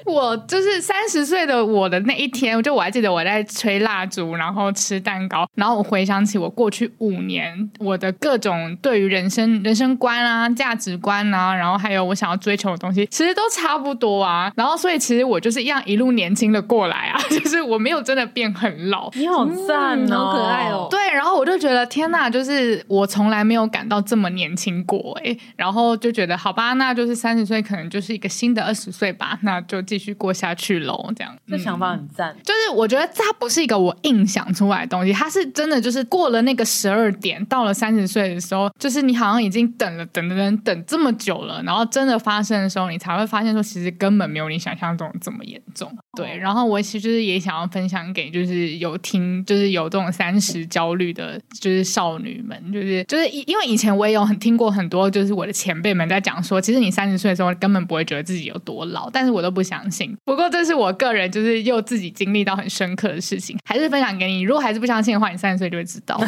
Speaker 4: 我就是三十岁的我的那一天，就我还记得我在吹蜡烛，然后吃蛋糕，然后我回想起我过去五年我的各种对于人生、人生观啊、价值观啊，然后还有我想要追求的东西，其实都差不多啊。然后所以其实我就是一样一路年轻的过来啊， 就是我没有真的变很老，
Speaker 1: 你好赞哦、
Speaker 3: 好可爱哦
Speaker 4: 对，然后我就觉得天呐，就是我从来没有感到这么年轻过哎、然后就觉得好吧，那就是三十岁可能就是一个新的二十岁吧，那就继续过下去喽，这样。
Speaker 1: 这想
Speaker 4: 嗯
Speaker 1: 法很赞。
Speaker 4: 就是我觉得它不是一个我硬想出来的东西，它是真的就是过了那个十二点，到了三十岁的时候，就是你好像已经等了等等等等这么久了，然后真的发生的时候，你才会发现说其实根本没有你想象中这么严重。对，然后我其实就是也想要分享给就是有听就是有这种三十焦虑的，就是少女们，就是就是以因为以前我也有很听过很多就是我的前辈们在讲说，其实你三十岁的时候根本不会觉得自己有多老，但是我都不相信。不过这是我个人就是又自己经历到很深刻的事情，还是分享给你。如果还是不相信的话，你三十岁就会知道了。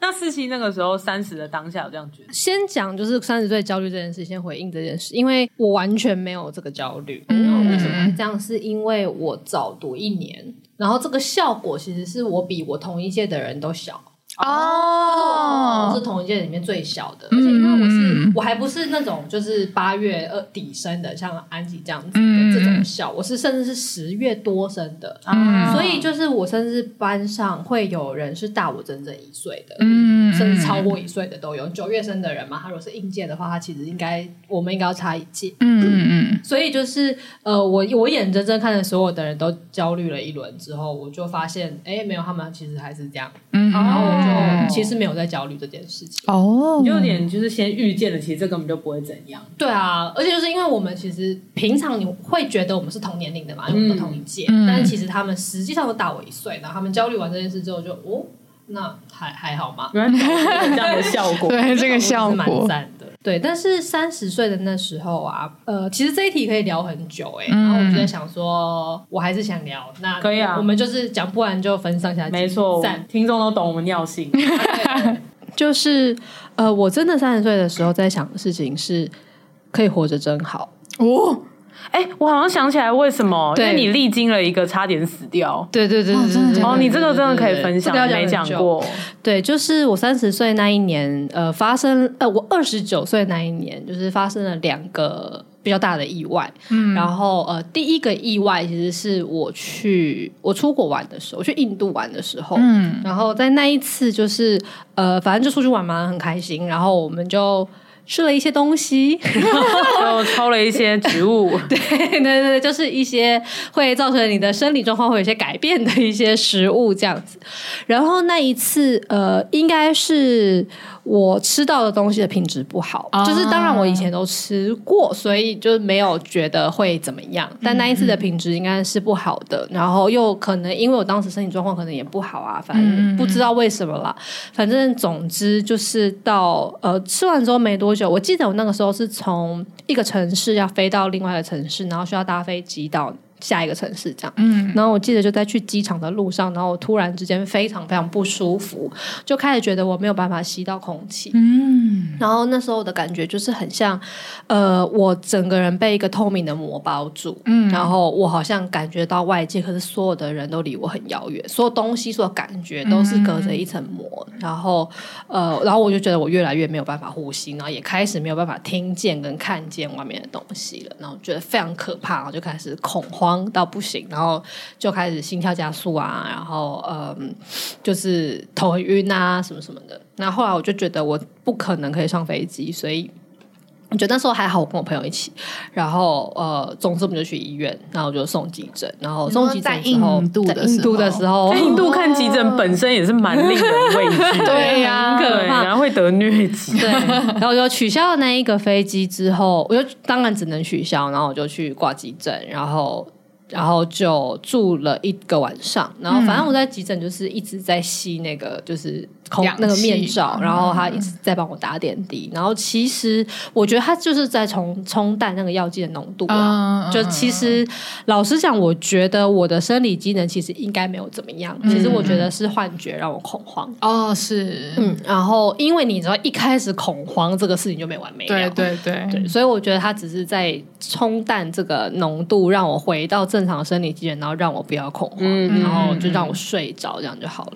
Speaker 1: 那四期那个时候三十的当下，我这样觉得。
Speaker 3: 先讲就是三十岁焦虑这件事，先回应这件事，因为我完全没有这个焦虑。
Speaker 4: 嗯
Speaker 3: 然后为什么会这样？是因为我早读一年，然后这个效果其实是我比我同一届的人都小。我是
Speaker 4: 哦，
Speaker 3: 同一届里面最小的，
Speaker 4: 嗯
Speaker 3: 而且因为我
Speaker 4: 嗯
Speaker 3: 是
Speaker 4: 嗯
Speaker 3: 我还不是那种就是八月二底生的，像安吉这样子
Speaker 4: 嗯嗯嗯
Speaker 3: 的这种小，我是甚至是十月多生的，
Speaker 1: 啊
Speaker 4: 嗯
Speaker 3: 所以就是我甚至班上会有人是大我整整一岁的，
Speaker 4: 嗯
Speaker 3: 甚至超过一岁的都有。九月生的人嘛，他如果是应届的话，他其实应该我们应该要差一届。
Speaker 4: 嗯嗯
Speaker 3: 所以就是呃，我我眼睁睁看着所有的人都焦虑了一轮之后，我就发现，哎、没有，他们其实还是这样。
Speaker 4: 嗯嗯，
Speaker 3: 然后我
Speaker 4: 哦
Speaker 3: 就其实没有在焦虑这件事情。
Speaker 4: 哦，
Speaker 1: 你就有点就是先预见了，其实这根本就不会怎样。
Speaker 3: 对啊，而且就是因为我们其实平常你会觉得我们是同年龄的嘛，因为我们都同一届，
Speaker 4: 嗯
Speaker 3: 但是其实他们实际上都大我一岁，然后他们焦虑完这件事之后就哦，那还还好吗？
Speaker 1: 原来有 这样的效果。
Speaker 4: 对这个效
Speaker 3: 我觉得我是蛮
Speaker 4: 果，
Speaker 3: 赞的。对，但是三十岁的那时候啊，呃，其实这一题可以聊很久哎、
Speaker 4: 嗯
Speaker 3: 然后我就在想说，我还是想聊，那
Speaker 1: 可以啊
Speaker 3: 我们就是讲，不然就分上下集，
Speaker 1: 没错，
Speaker 3: 赞。
Speaker 1: 听众都懂我们尿性。
Speaker 3: 就是呃，我真的三十岁的时候在想的事情是，可以活着真好。
Speaker 4: 哦，
Speaker 1: 哎、我好像想起来为什么，因
Speaker 3: 对
Speaker 1: 为你历经了一个差点死掉。
Speaker 3: 对对对
Speaker 4: 哦真的假的
Speaker 1: 哦，你这个真的可以分享，
Speaker 3: 这个要讲
Speaker 1: 没
Speaker 3: 很
Speaker 1: 讲
Speaker 3: 久
Speaker 1: 过。
Speaker 3: 对，就是我三十岁那一年，呃，发生呃，我二十九岁那一年，就是发生了两个比较大的意外。嗯，然后呃，第一个意外其实是我去我出国玩的时候，我去印度玩的时候，
Speaker 4: 嗯
Speaker 3: 然后在那一次就是呃，反正就出去玩嘛，很开心，然后我们就吃了一些东西，
Speaker 1: 就抽了一些植物，
Speaker 3: 对对对，就是一些会造成你的生理状况会有一些改变的一些食物这样子。然后那一次，呃，应该是我吃到的东西的品质不好，
Speaker 4: 啊
Speaker 3: 就是当然我以前都吃过，所以就没有觉得会怎么样。但那一次
Speaker 4: 嗯
Speaker 3: 的品质应该是不好的，然后又可能因为我当时身体状况可能也不好啊，反
Speaker 4: 嗯嗯嗯
Speaker 3: 正不知道为什么啦。反正总之就是到呃吃完之后没多久，我记得我那个时候是从一个城市要飞到另外一个城市，然后需要搭飞机到下一个城市这样。
Speaker 4: 嗯
Speaker 3: 然后我记得就在去机场的路上，然后我突然之间非常非常不舒服，就开始觉得我没有办法吸到空气。
Speaker 4: 嗯
Speaker 3: 然后那时候的感觉就是很像，呃，我整个人被一个透明的膜包住，
Speaker 4: 嗯
Speaker 3: 然后我好像感觉到外界，可是所有的人都离我很遥远，所有东西、所有感觉都是隔着一层膜，然后呃，然后我就觉得我越来越没有办法呼吸，然后也开始没有办法听见跟看见外面的东西了，然后觉得非常可怕，然后就开始恐慌到不行，然后就开始心跳加速啊，然后嗯，就是头很晕啊什么什么的。那后来我就觉得我不可能可以上飞机，所以我觉得那时候还好，我跟我朋友一起，然后呃，总之我们就去医院，然后我就送急诊，然后送急诊之后，
Speaker 4: 你说在印度的
Speaker 3: 在印度的时候
Speaker 1: 在，印度看急诊本身也是蛮令人畏惧的。
Speaker 3: 对呀哦很可
Speaker 1: 对，
Speaker 3: 怕
Speaker 1: 然后会得疟疾。
Speaker 3: 对，然后我就取消了那一个飞机之后，我就当然只能取消，然后我就去挂急诊，然后。然后就住了一个晚上，然后反正我在急诊就是一直在吸那个就是口
Speaker 4: 氧气嗯
Speaker 3: 那个面罩，然后他一直在帮我打点滴。然后其实我觉得他就是在冲冲淡那个药剂的浓度啊。
Speaker 4: 嗯，
Speaker 3: 就其实，老实讲，我觉得我的生理机能其实应该没有怎么样。
Speaker 4: 嗯
Speaker 3: 其实我觉得是幻觉让我恐慌。
Speaker 4: 哦是，
Speaker 3: 嗯，然后因为你知道一开始恐慌这个事情就没完没了。
Speaker 4: 对对对
Speaker 3: 对，所以我觉得它只是在冲淡这个浓度，让我回到正常生理机能，然后让我不要恐慌，
Speaker 6: 嗯
Speaker 3: 然后就让我睡着，这样就好了。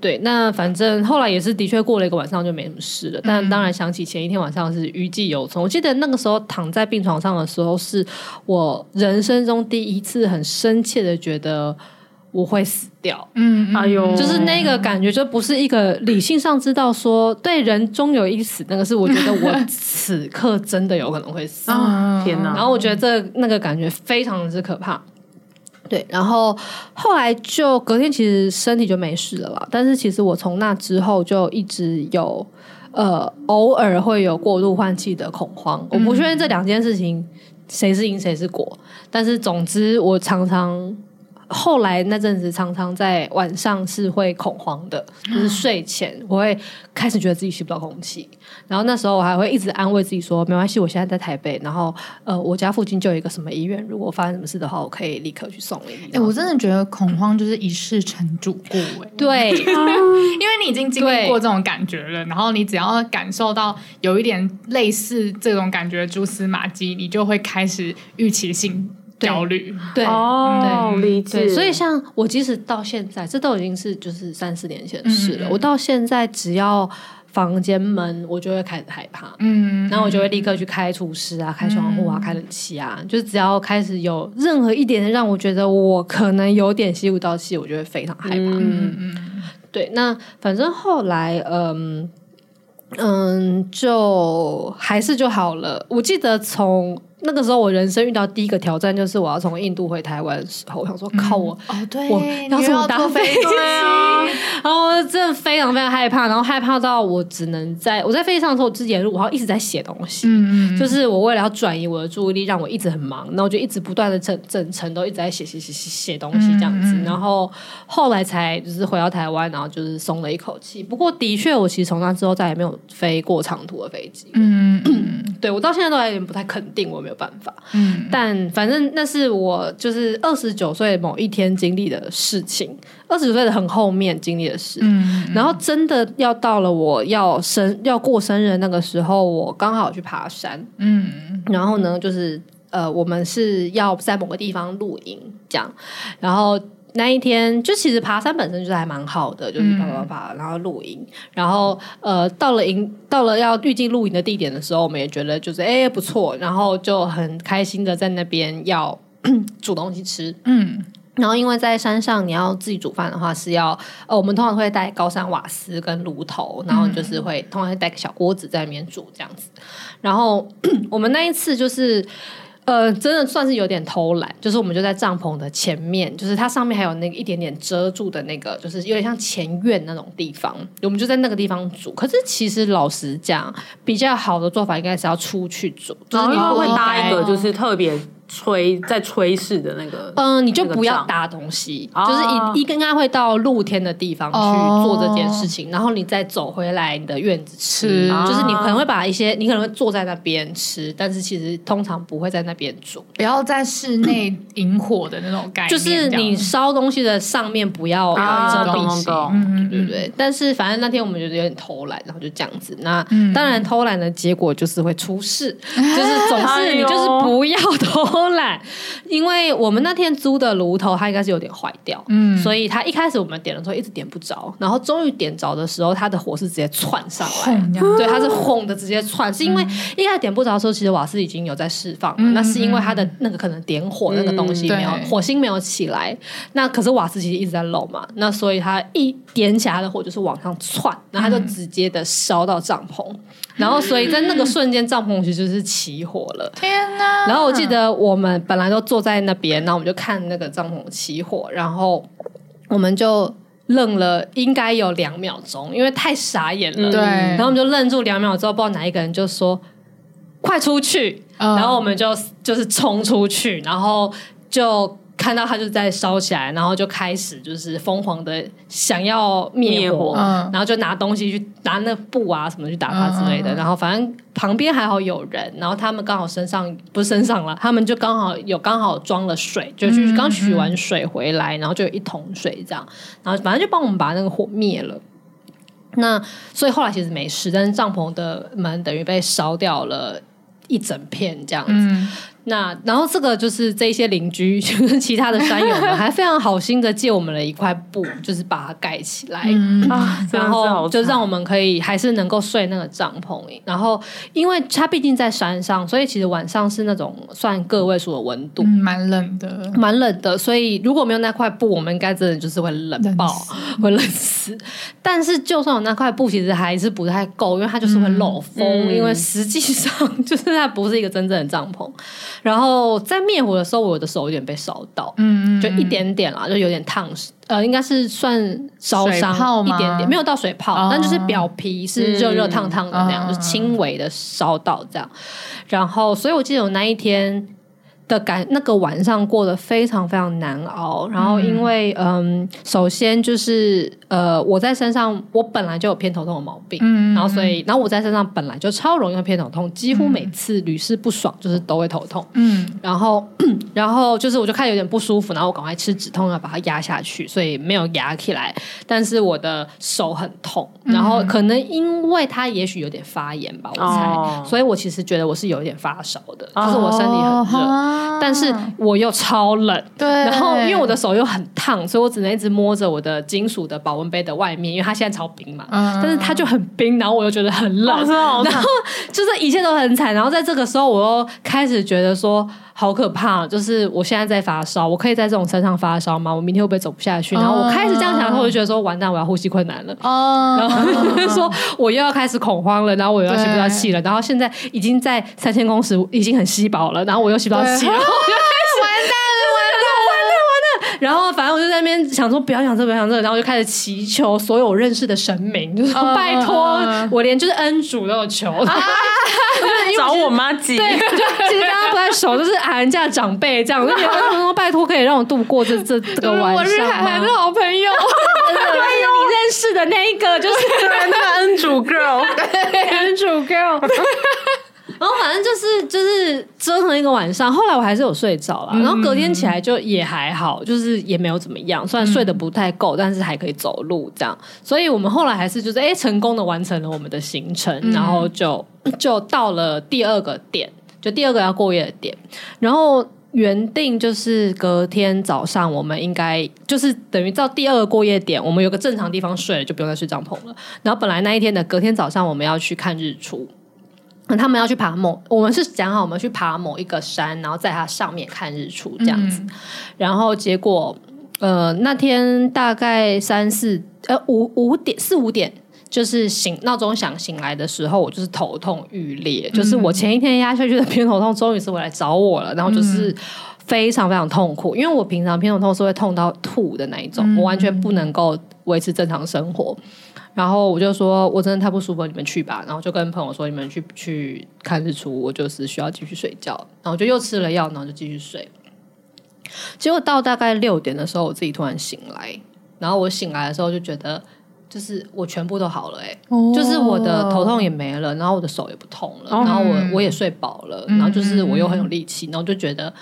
Speaker 3: 对，那反正后来也是的确过了一个晚上就没什么事
Speaker 6: 嗯
Speaker 3: 了，但当然想起前一天晚上是余悸犹存。我记得那个时候躺在病床上的时候，是我人生中第一次很深切的觉得我会死掉。
Speaker 4: 嗯嗯
Speaker 1: 哎呦，
Speaker 3: 就是那个感觉，就不是一个理性上知道说对人终有一死，那个是我觉得我此刻真的有可能会死。
Speaker 1: 啊，天哪！
Speaker 3: 嗯然后我觉得这那个感觉非常之可怕。对，然后后来就隔天其实身体就没事了啦，但是其实我从那之后就一直有呃偶尔会有过度换气的恐慌，我不确定这两件事情谁是因谁是果，但是总之我常常。后来那阵子，常常在晚上是会恐慌的，
Speaker 4: 嗯
Speaker 3: 就是睡前我会开始觉得自己吸不到空气，然后那时候我还会一直安慰自己说，没关系，我现在在台北，然后呃，我家附近就有一个什么医院，如果发生什么事的话，我可以立刻去送你。
Speaker 4: 哎、我真的觉得恐慌就是一世成主顾、哎，
Speaker 3: 对
Speaker 4: 因为你已经经历过这种感觉了，然后你只要感受到有一点类似这种感觉的蛛丝马迹，你就会开始预期性焦虑。
Speaker 3: 对、
Speaker 1: 哦，理解。
Speaker 3: 对，所以像我即使到现在，这都已经是就是三四年前的事
Speaker 4: 嗯
Speaker 3: 了，
Speaker 4: 嗯嗯
Speaker 3: 我到现在只要房间闷，我就会开始害怕。
Speaker 4: 嗯，
Speaker 3: 然后我就会立刻去开除湿啊，开窗户啊，开冷气啊，就是只要开始有任何一点点让我觉得我可能有点吸不到气，我就会非常害怕。
Speaker 4: 嗯嗯
Speaker 3: 对，那反正后来，嗯嗯，就还是就好了。我记得从那个时候，我人生遇到第一个挑战就是我要从印度回台湾的时候，我想说，靠我，
Speaker 4: 哦对，
Speaker 3: 我
Speaker 4: 你
Speaker 3: 要
Speaker 4: 又
Speaker 3: 怎么
Speaker 4: 要
Speaker 3: 搭
Speaker 4: 坐
Speaker 3: 飞
Speaker 4: 飞
Speaker 3: 机
Speaker 4: 机？
Speaker 3: 然后我真的非常非常害怕，然后害怕到我只能在我在飞机上的时候，我之前我好像一直在写东西，
Speaker 4: 嗯嗯，
Speaker 3: 就是我为了要转移我的注意力，让我一直很忙，那我就一直不断的整整程都一直在写写写写写东西这样子，
Speaker 4: 嗯嗯嗯
Speaker 3: 然后后来才就是回到台湾，然后就是松了一口气。不过的确，我其实从那之后再也没有飞过长途的飞机，
Speaker 4: 嗯嗯
Speaker 3: 对我到现在都还有点不太肯定，我有没有办法。
Speaker 4: 嗯
Speaker 3: 但反正那是我就是二十九岁某一天经历的事情，二十九岁的很后面经历的事。
Speaker 4: 嗯，
Speaker 3: 然后真的要到了我要生要过生日的那个时候，我刚好去爬山，
Speaker 4: 嗯
Speaker 3: 然后呢，就是呃，我们是要在某个地方露营这样，然后。那一天就其实爬山本身就是还蛮好的，
Speaker 4: 嗯
Speaker 3: 就是爬爬爬，然后露营，然后呃到了营到了要预计露营的地点的时候，我们也觉得就是哎、不错，然后就很开心的在那边要 煮东西吃，
Speaker 4: 嗯
Speaker 3: 然后因为在山上你要自己煮饭的话是要呃我们通常会带高山瓦斯跟炉头，然后就是会通常会带个小锅子在里面煮这样子，然后 我们那一次就是。呃，真的算是有点偷懒，就是我们就在帐篷的前面，就是它上面还有那个一点点遮住的那个，就是有点像前院那种地方，我们就在那个地方煮。可是其实老实讲，比较好的做法应该是要出去煮，就
Speaker 1: 然后
Speaker 3: 是你
Speaker 1: 因
Speaker 3: 不
Speaker 1: 为
Speaker 3: 应
Speaker 1: 会搭一
Speaker 3: 该
Speaker 1: 个就是特别吹在吹式的那个，
Speaker 3: 嗯，你就不
Speaker 1: 那
Speaker 3: 要
Speaker 1: 个帐
Speaker 3: 搭东西，
Speaker 1: 哦
Speaker 3: 就是一一个应该会到露天的地方
Speaker 4: 哦
Speaker 3: 去做这件事情，然后你再走回来你的院子
Speaker 4: 吃
Speaker 3: 吃，就是你
Speaker 1: 啊
Speaker 3: 可能会把一些，你可能会坐在那边吃，但是其实通常不会在那边煮，
Speaker 4: 不要在室内引火的那种概念，
Speaker 3: 就是你烧东西的上面不要
Speaker 1: 啊
Speaker 3: 遮
Speaker 1: 懂
Speaker 3: 蔽
Speaker 1: 懂
Speaker 3: 性。
Speaker 1: 懂，
Speaker 4: 嗯
Speaker 3: 对不对？但是反正那天我们觉得有点偷懒，然后就这样子。那、
Speaker 4: 嗯
Speaker 3: 当然偷懒的结果就是会 出事，就是总
Speaker 1: 哎
Speaker 3: 是
Speaker 1: 呦
Speaker 3: 你就是不要偷懒，因为我们那天租的炉头它应该是有点坏掉，
Speaker 4: 嗯
Speaker 3: 所以它一开始我们点的时候一直点不着，然后终于点着的时候，它的火是直接窜上来。对，它是轰的直接窜，是因为一开始点不着的时候，其实瓦斯已经有在释放了，
Speaker 4: 嗯
Speaker 3: 那是因为
Speaker 4: 嗯
Speaker 3: 它的那个可能点火那个东西
Speaker 4: 嗯
Speaker 3: 没有、
Speaker 4: 对
Speaker 3: 火星没有起来，那可是瓦斯其实一直在漏嘛，那所以它一点起来它的火就是往上窜，然后
Speaker 4: 嗯
Speaker 3: 它就直接的烧到帐篷，然后所以在那个瞬间帐篷其实就是起火了。
Speaker 4: 天哪！
Speaker 3: 然后我记得我们本来都坐在那边，然后我们就看那个帐篷起火，然后我们就愣了，应该有两秒钟，因为太傻眼了。
Speaker 4: 嗯对，
Speaker 3: 然后我们就愣住两秒之后，不知道哪一个人就说：“快出去！”
Speaker 4: 嗯
Speaker 3: 然后我们就就是冲出去，然后就。看到他就在烧起来，然后就开始就是疯狂的想要灭
Speaker 1: 灭火
Speaker 4: 嗯
Speaker 3: 然后就拿东西去拿那布啊什么去打他之类的。
Speaker 4: 嗯
Speaker 3: 然后反正旁边还好有人，然后他们刚好身上不是身上了，他们就刚好有刚好装了水，就去刚取完水回来，然后就有一桶水这样，然后反正就帮我们把那个火灭了。那所以后来其实没事，但是帐篷的门等于被烧掉了一整片这样子。
Speaker 4: 嗯，
Speaker 3: 那然后这个就是这些邻居，就是其他的山友们，还非常好心的借我们了一块布，就是把它盖起来。
Speaker 4: 嗯
Speaker 1: 啊，真的
Speaker 3: 嗯然
Speaker 1: 是好
Speaker 3: 后就
Speaker 1: 惨
Speaker 3: 让我们可以还是能够睡那个帐篷里，然后因为它毕竟在山上，所以其实晚上是那种算个位数的温度
Speaker 4: 嗯，蛮冷的，
Speaker 3: 蛮冷的。所以如果没有那块布，我们应该真的就是会冷爆
Speaker 4: 冷，
Speaker 3: 会冷死。但是就算有那块布，其实还是不太够，因为它就是会漏风，
Speaker 1: 嗯
Speaker 3: 因为实际上 就是它不是一个真正的帐篷。然后在灭火的时候，我的手有点被烧到。
Speaker 4: 嗯，嗯
Speaker 3: 就一，点点啦，就有点烫，呃，应该是算烧
Speaker 4: 水泡
Speaker 3: 伤一
Speaker 4: 吗
Speaker 3: 点点，没有到水泡，
Speaker 4: 哦
Speaker 3: 但就是表皮是热热烫烫的那样，
Speaker 4: 嗯
Speaker 3: 就轻微的烧到这样。然后，所以我记得我那一天的感，那个晚上过得非常非常难熬。然后，因为嗯首先就是呃，我在身上我本来就有偏头痛的毛病，
Speaker 4: 嗯
Speaker 3: 然后所以，然后我在身上本来就超容易会偏头痛，几乎每次屡试不爽，就是都会头痛。
Speaker 4: 嗯
Speaker 3: 然后， 然后就是我就开始有点不舒服，然后我赶快吃止痛药把它压下去，所以没有压起来。但是我的手很痛，然后可能因为它也许有点发炎吧，我猜，
Speaker 1: 哦
Speaker 3: 所以我其实觉得我是有一点发烧的，就是我身体很热，
Speaker 4: 哦
Speaker 3: 但是我又超冷。
Speaker 4: 对，
Speaker 3: 然
Speaker 4: 然
Speaker 3: 后，因为我的手又很烫，所以我只能一直摸着我的金属的保温杯的外面，因为它现在超冰嘛。
Speaker 4: 嗯哦
Speaker 3: 但是它就很冰，然后我又觉得很冷，
Speaker 1: 哇真的 好惨，
Speaker 3: 就是一切都很惨。然后在这个时候，我又开始觉得说好可怕，就是我现在在发烧，我可以在这种山上发烧吗？我明天会不会走不下去？然后我开始这样想的时候，我就觉得说完蛋，我要呼吸困难了。
Speaker 4: 哦，
Speaker 3: 然后就是 说，我又要开始恐慌了，然后我又要吸不到气了，然后现在已经在三千公尺，已经很稀薄了，然后我又吸不到气，
Speaker 4: 对
Speaker 3: 然后我又 开始完蛋了，完蛋，完蛋，完蛋。然后反正我就在那边想说，不要想这个，不要想这个，然后我就开始祈求所有认识的神明，就是说
Speaker 4: 嗯
Speaker 3: 拜托
Speaker 4: 嗯嗯，
Speaker 3: 我连就是恩主都有求，
Speaker 1: 找我妈挤，
Speaker 3: 啊对，就其实大家不太熟，就是喊人家长辈这样， 我就觉得他们说拜托可以让我度过这这这个晚
Speaker 4: 我是
Speaker 3: 上
Speaker 4: 还
Speaker 3: 吗？
Speaker 4: 是好朋 友，
Speaker 3: 真的就是你认识的那一个，就是
Speaker 1: 那个恩主 girl，
Speaker 3: 男主 girl。然后反正就是就是折腾一个晚上，后来我还是有睡着啦。然后隔天起来就也还好，就是也没有怎么样，虽然睡得不太够，但是还可以走路这样。所以我们后来还是就是哎、诶成功的完成了我们的行程，然后就就到了第二个点，就第二个要过夜的点，然后。原定就是隔天早上，我们应该就是等于到第二个过夜点，我们有个正常地方睡了，就不用再睡帐篷了。然后本来那一天的隔天早上，我们要去看日出，那他们要去爬某，我们是讲好我们去爬某一个山，然后在它上面看日出这样子。然后结果，呃，那天大概三四呃五五点四五点。就是醒闹钟响醒来的时候，我就是头痛欲裂，就是我前一天压下去的偏头痛终于是回来找我了，然后就是非常非常痛苦，因为我平常偏头痛是会痛到吐的那一种，我完全不能够维持正常生活。然后我就说，我真的太不舒服了，你们去吧。然后就跟朋友说，你们去去看日出，我就是需要继续睡觉。然后就又吃了药，然后就继续睡。结果到大概六点的时候，我自己突然醒来，然后我醒来的时候就觉得，就是我全部都好了、欸，
Speaker 4: 哦
Speaker 3: 就是我的头痛也没了，然后我的手也不痛了，然后我我也睡饱了，然后就是我又很有力气，然后就觉得。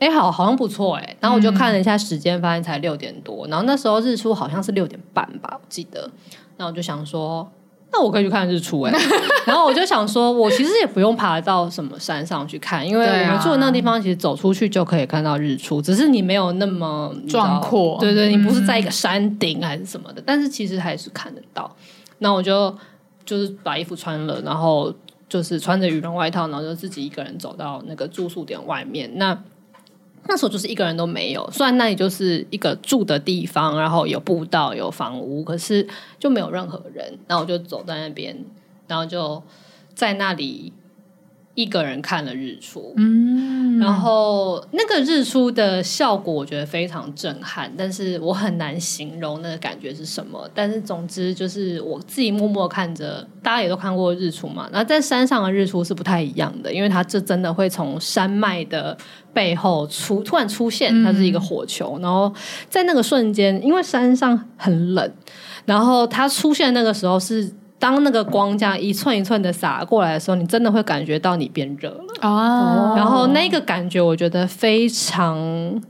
Speaker 3: 哎、好，好像不错哎、然后我就看了一下时间，发现才六点多。然后那时候日出好像是六点半吧，我记得。然后我就想说，那我可以去看日出哎、然后我就想说，我其实也不用爬到什么山上去看，因为
Speaker 4: 对
Speaker 3: 我
Speaker 4: 啊
Speaker 3: 们住的那个地方其实走出去就可以看到日出，只是你没有那么你知道
Speaker 4: 壮阔嗯
Speaker 3: 对对，你不是在一个山顶还是什么的，但是其实还是看得到。那我就就是把衣服穿了，然后就是穿着羽绒外套，然后就自己一个人走到那个住宿点外面。那那时候就是一个人都没有，虽然那里就是一个住的地方，然后有步道、有房屋，可是就没有任何人。然后我就走在那边，然后就在那里一个人看了日出。
Speaker 4: 嗯，
Speaker 3: 然后那个日出的效果我觉得非常震撼，但是我很难形容那个感觉是什么。但是总之就是我自己默默看着，大家也都看过日出嘛。然后在山上的日出是不太一样的，因为它这真的会从山脉的背后出突然出现，它是一个火球。然后在那个瞬间，因为山上很冷，然后它出现那个时候是。当那个光这样一寸一寸的洒过来的时候，你真的会感觉到你变热了。
Speaker 4: 哦，
Speaker 3: 然后那个感觉，我觉得非常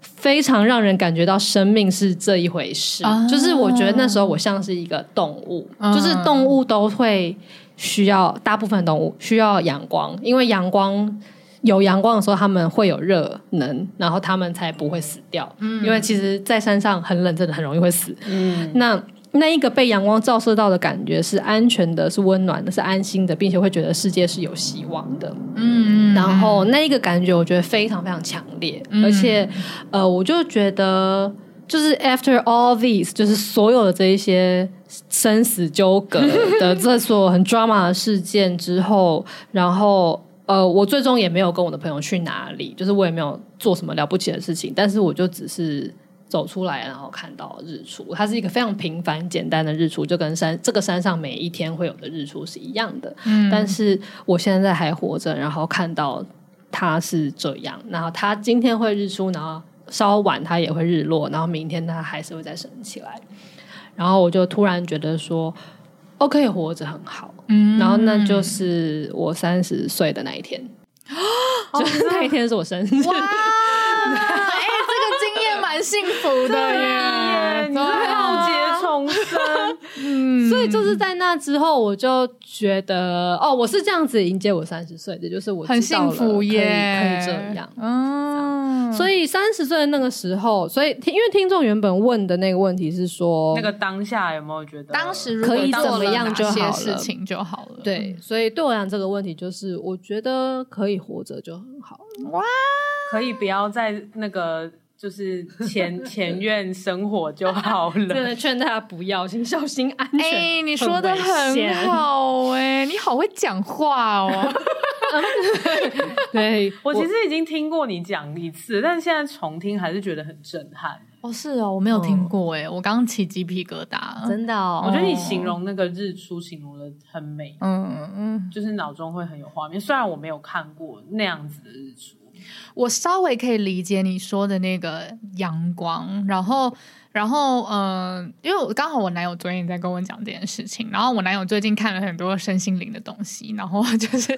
Speaker 3: 非常让人感觉到生命是这一回事。
Speaker 4: 啊
Speaker 3: 就是我觉得那时候我像是一个动物，就是动物都会需要，大部分动物需要阳光，因为阳光。有阳光的时候，它们会有热能，然后它们才不会死掉。因为其实，在山上很冷，真的很容易会死。那那一个被阳光照射到的感觉是安全的，是温暖的，是安心的，并且会觉得世界是有希望的。
Speaker 4: 嗯
Speaker 3: 然后那一个感觉，我觉得非常非常强烈，而且呃，我就觉得就是 after all these，就是所有的这一些生死纠葛的这所有很 drama 的事件之后，然后呃，我最终也没有跟我的朋友去哪里，就是我也没有做什么了不起的事情，但是我就只是。走出来，然后看到日出，它是一个非常平凡简单的日出，就跟山这个山上每一天会有的日出是一样的。但是我现在还活着，然后看到它是这样，然后它今天会日出，然后稍晚它也会日落，然后明天它还是会再升起来。然后我就突然觉得说，OK，活着很好。
Speaker 4: 嗯
Speaker 3: 然后那就是我三十岁的那一天，就是那一天是我生日。
Speaker 4: 哇，哎，这个经验蛮幸福的
Speaker 3: 哎
Speaker 4: 耶，
Speaker 1: 你
Speaker 4: 对
Speaker 1: 是
Speaker 4: 啊
Speaker 1: 浩劫重生，
Speaker 3: 所以就是在那之后，我就觉得哦，我是这样子迎接我三十岁的，就是我
Speaker 4: 很
Speaker 3: 知道
Speaker 4: 幸
Speaker 3: 了
Speaker 4: 福耶，哦
Speaker 3: 可以可以这样。
Speaker 4: 嗯，
Speaker 3: 所以三十岁的那个时候，所以听因为听众原本问的那个问题是说，
Speaker 1: 那个当下有没有觉得
Speaker 4: 当时如
Speaker 3: 可
Speaker 4: 果
Speaker 3: 以
Speaker 4: 做
Speaker 3: 怎么
Speaker 4: 了
Speaker 3: 样
Speaker 4: 哪
Speaker 3: 就
Speaker 4: 些
Speaker 3: 好
Speaker 4: 事
Speaker 3: 了
Speaker 4: 情就好了，
Speaker 3: 对，所以对我来讲这个问题就是，我觉得可以活着就很 好。
Speaker 1: 可以不要在那个就是前 前院生活就好
Speaker 3: 真
Speaker 1: 了？
Speaker 3: 的劝大家不要，请小心安全。
Speaker 4: 哎、 你说的
Speaker 3: 危
Speaker 4: 很
Speaker 3: 险
Speaker 4: 好哎、你好会讲话 哦。
Speaker 3: 对，
Speaker 1: 我其实已经听过你讲一次，但现在重听还是觉得很震撼。
Speaker 4: 哦，是哦，我没有听过哎、我刚刚起鸡皮疙瘩。
Speaker 3: 真的
Speaker 1: 我
Speaker 3: 哦，
Speaker 1: 觉得你形容那个日出形容的很美，
Speaker 4: 嗯嗯，
Speaker 1: 就是脑中会很有画面。虽然我没有看过那样子的日出，
Speaker 4: 我稍微可以理解你说的那个阳光，然后，然后，嗯、因为我刚好我男友昨天也在跟我讲这件事情，然后我男友最近看了很多身心灵的东西，然后就是，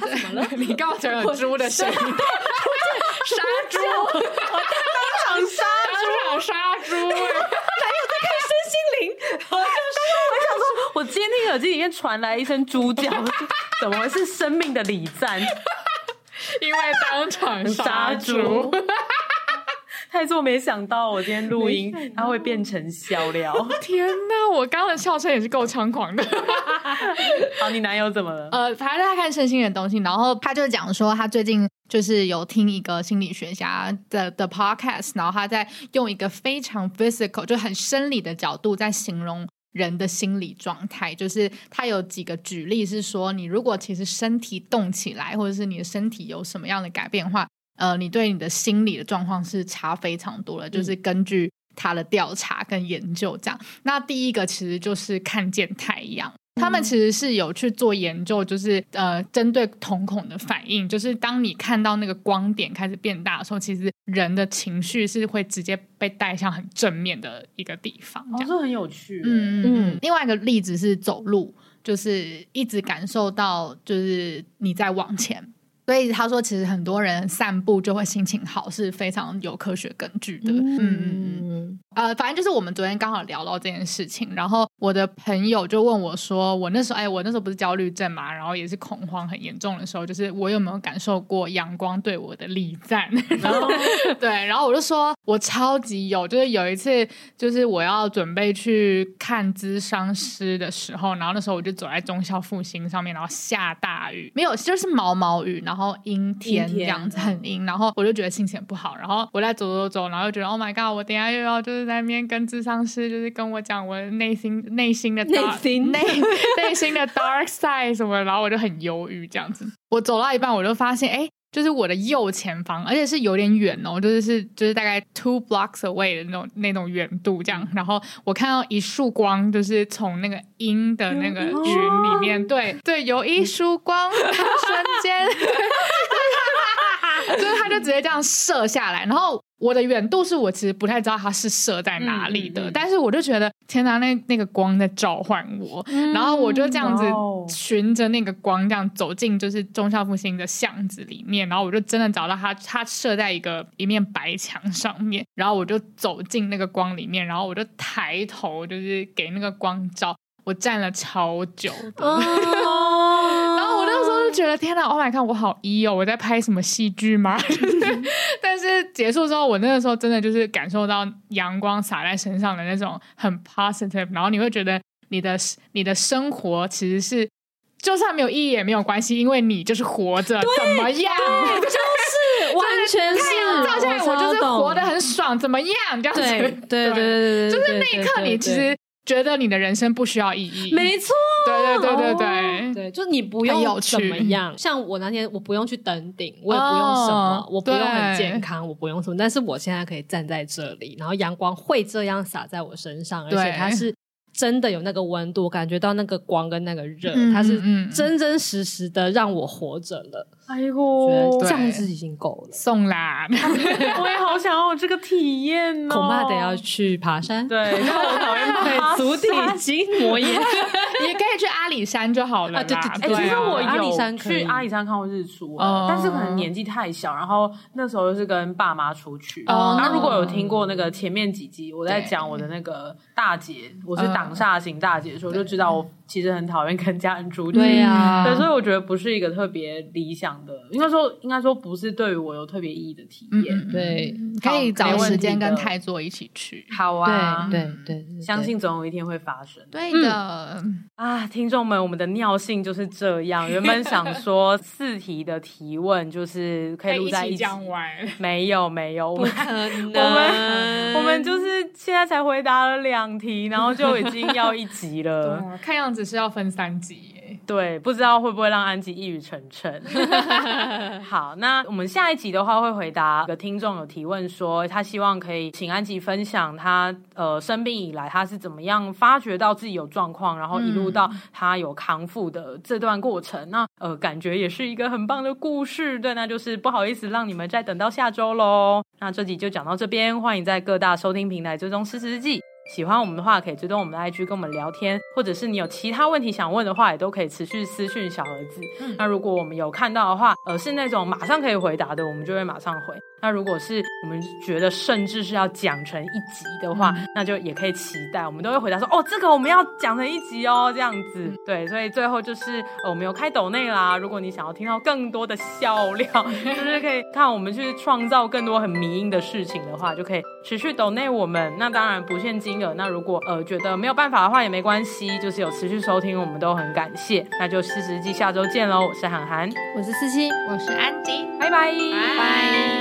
Speaker 3: 他怎么了？
Speaker 4: 你刚刚讲有猪的声音，杀猪，
Speaker 1: 长沙
Speaker 4: 当场杀猪哎、
Speaker 1: 我今天听耳机里面传来一声猪叫，怎么会是生命的礼赞？
Speaker 4: 因为当场
Speaker 1: 杀
Speaker 4: 杀
Speaker 1: 猪
Speaker 4: 猪。。
Speaker 1: 太做没想到，我今天录音它会变成笑料。
Speaker 4: 天呐，我刚刚的笑声也是够猖狂的。
Speaker 1: 好，你男友怎么了？
Speaker 4: 呃，反正他看身心的东西，然后他就讲说，他最近就是有听一个心理学家的的 podcast，然后他在用一个非常 physical，就很生理的角度在形容。人的心理状态，就是他有几个举例是说，你如果其实身体动起来，或者是你的身体有什么样的改变的话，呃，你对你的心理的状况是差非常多的，就是根据他的调查跟研究这样。那第一个其实就是看见太阳。他们其实是有去做研究，就是呃，针对瞳孔的反应，就是当你看到那个光点开始变大的时候，其实人的情绪是会直接被带向很正面的一个地方。这
Speaker 1: 哦，
Speaker 4: 样
Speaker 1: 这很有趣。嗯，
Speaker 4: 嗯嗯嗯。另外一个例子是走路，就是一直感受到就是你在往前。所以他说，其实很多人散步就会心情好，是非常有科学根据的。嗯嗯嗯。呃，反正就是我们昨天刚好聊到这件事情，然后我的朋友就问我说，我那时候哎，我那时候不是焦虑症嘛，然后也是恐慌很严重的时候，就是我有没有感受过阳光对我的礼赞？然后对，然后我就说，我超级有，就是有一次，就是我要准备去看咨商师的时候，然后那时候我就走在忠孝复兴上面，然后下大雨，没有，就是毛毛雨，然后阴天
Speaker 1: 阴
Speaker 4: 这
Speaker 1: 天
Speaker 4: 样子，很阴，然后我就觉得心情不好，然后我在走走走，然后就觉得 Oh my God，我等一下又要就是在那边跟咨商师，就是跟我讲我内心 内心的 dark-
Speaker 3: 内心
Speaker 4: 内 内心的 dark side 什么，然后我就很忧郁这样子。我走到一半，我就发现，哎、就是我的右前方，而且是有点远哦，就是是就是大概 two blocks away 的那种那种远度这样。然后我看到一束光，就是从那个鹰的那个云里面，对对，有一束光，瞬间。 就是他就直接这样射下来，然后我的远度是我其实不太知道它是射在哪
Speaker 1: 嗯
Speaker 4: 里的，但是我就觉得天哪，那那个光在召唤我，然后我就这样子
Speaker 1: 嗯哇哦
Speaker 4: 循着那个光这样走进就是中校复兴的巷子里面，然后我就真的找到它，它射在一个一面白墙上面，然后我就走进那个光里面，然后我就抬头就是给那个光照，我站了超久的。嗯
Speaker 3: 哦
Speaker 4: 然后我那个时候就觉得天哪，Oh my god，我好 E 哦，我在拍什么戏剧吗？ 就是但是结束之后，我那个时候真的就是感受到阳光洒在身上的那种很 positive，然后你会觉得你的你的生活其实是。就算没有意义也没有关系，因为你就是活着，怎么样？
Speaker 3: 是完全
Speaker 4: 太阳照下来，我就是活得很爽，怎么样？这样子，
Speaker 3: 对对对对对，
Speaker 4: 就是那一刻，你其实觉得你的人生不需要意义，
Speaker 3: 没错，
Speaker 4: 对对对对对，
Speaker 3: 对，就你不
Speaker 4: 嗯很
Speaker 3: 用
Speaker 4: 有趣嗯
Speaker 3: 怎么样。像我那天，我不用去登顶，我也不用什么，
Speaker 4: 哦
Speaker 3: 我不用
Speaker 4: 对
Speaker 3: 很健康，我不用什么，但是我现在可以站在这里，然后阳光会这样洒在我身上，而
Speaker 4: 对
Speaker 3: 且它是。真的有那个温度，我感觉到那个光跟那个热，
Speaker 4: 嗯
Speaker 3: 它是
Speaker 4: 嗯嗯
Speaker 3: 真真实实的让我活着了。
Speaker 1: 哎
Speaker 3: 觉
Speaker 1: 呦
Speaker 3: 得，
Speaker 4: 哦对
Speaker 3: 这样子已经够了，
Speaker 4: 送 啦。
Speaker 1: 我也好想要有这个体验哦，
Speaker 3: 恐怕得要去爬山。
Speaker 1: 对，但我讨厌爬
Speaker 3: 对，足底
Speaker 1: 山
Speaker 3: 筋 膜炎。
Speaker 4: 也可以去阿里山就好了啦。
Speaker 3: 啊对对
Speaker 1: 哎、
Speaker 3: 对
Speaker 1: 其实
Speaker 4: 啊
Speaker 1: 我
Speaker 3: 阿里
Speaker 1: 有
Speaker 3: 山可以
Speaker 1: 去阿里山看过日出、
Speaker 4: 哦
Speaker 1: 但是可能年纪太小，然后那时候又是跟爸妈出去。
Speaker 4: 哦
Speaker 1: 然后如果有听过那个前面几集，我在
Speaker 4: 对
Speaker 1: 讲我的那个大姐，我是
Speaker 4: 嗯
Speaker 1: 挡煞型大姐的时候，就知道我其实很讨厌跟家人出去。
Speaker 3: 对呀
Speaker 1: 对，所以啊我觉得不是一个特别理想的，应该说应该说不是对于我有特别意义的体验。
Speaker 4: 嗯嗯
Speaker 3: 对
Speaker 4: 可以
Speaker 1: 好
Speaker 4: 找
Speaker 1: 没问题
Speaker 4: 时间跟
Speaker 1: 的
Speaker 4: 泰座一起去。
Speaker 1: 好啊，
Speaker 5: 对对对，
Speaker 1: 相信总有一天会发生。
Speaker 4: 对的，
Speaker 1: 啊，听众们，我们的尿性就是这样。原本想说四题的提问就是可以录在
Speaker 4: 一
Speaker 1: 一
Speaker 4: 起
Speaker 1: 起，
Speaker 4: 讲完。
Speaker 1: 没有没有，我们
Speaker 3: 我
Speaker 1: 我们我们就是现在才回答了两题，然后就已经要一集 了。
Speaker 4: 哇啊看样子是要分三集耶。
Speaker 1: 对，不知道会不会让安吉一语成谶。好，那我们下一集的话会回答有听众有提问说，他希望可以请安吉分享他呃生病以来他是怎么样发觉到自己有状况，然后一路到他有康复的这段过程。那呃，感觉也是一个很棒的故事。对，那就是不好意思让你们再等到下周喽。那这集就讲到这边，欢迎在各大收听平台追踪《诗词日记》。喜欢我们的话，可以追踪我们的 IG 跟我们聊天，或者是你有其他问题想问的话，也都可以持续私讯小盒子。那如果我们有看到的话，呃，是那种马上可以回答的，我们就会马上回。那如果是我们觉得甚至是要讲成一集的话，那就也可以期待，我们都会回答说哦，这个我们要讲成一集哦，这样子。对，所以最后就是、呃、我们有开抖内啦，如果你想要听到更多的笑 料，就是可以看我们去创造更多很迷因的事情的话，就可以持续抖内我们。那当然不限金额，那如果呃觉得没有办法的话也没关系，就是有持续收听，我们都很感谢。那就四十集下周见喽，我是涵涵，
Speaker 5: 我是思琪，
Speaker 4: 我是安吉，
Speaker 1: 拜拜，
Speaker 4: 拜。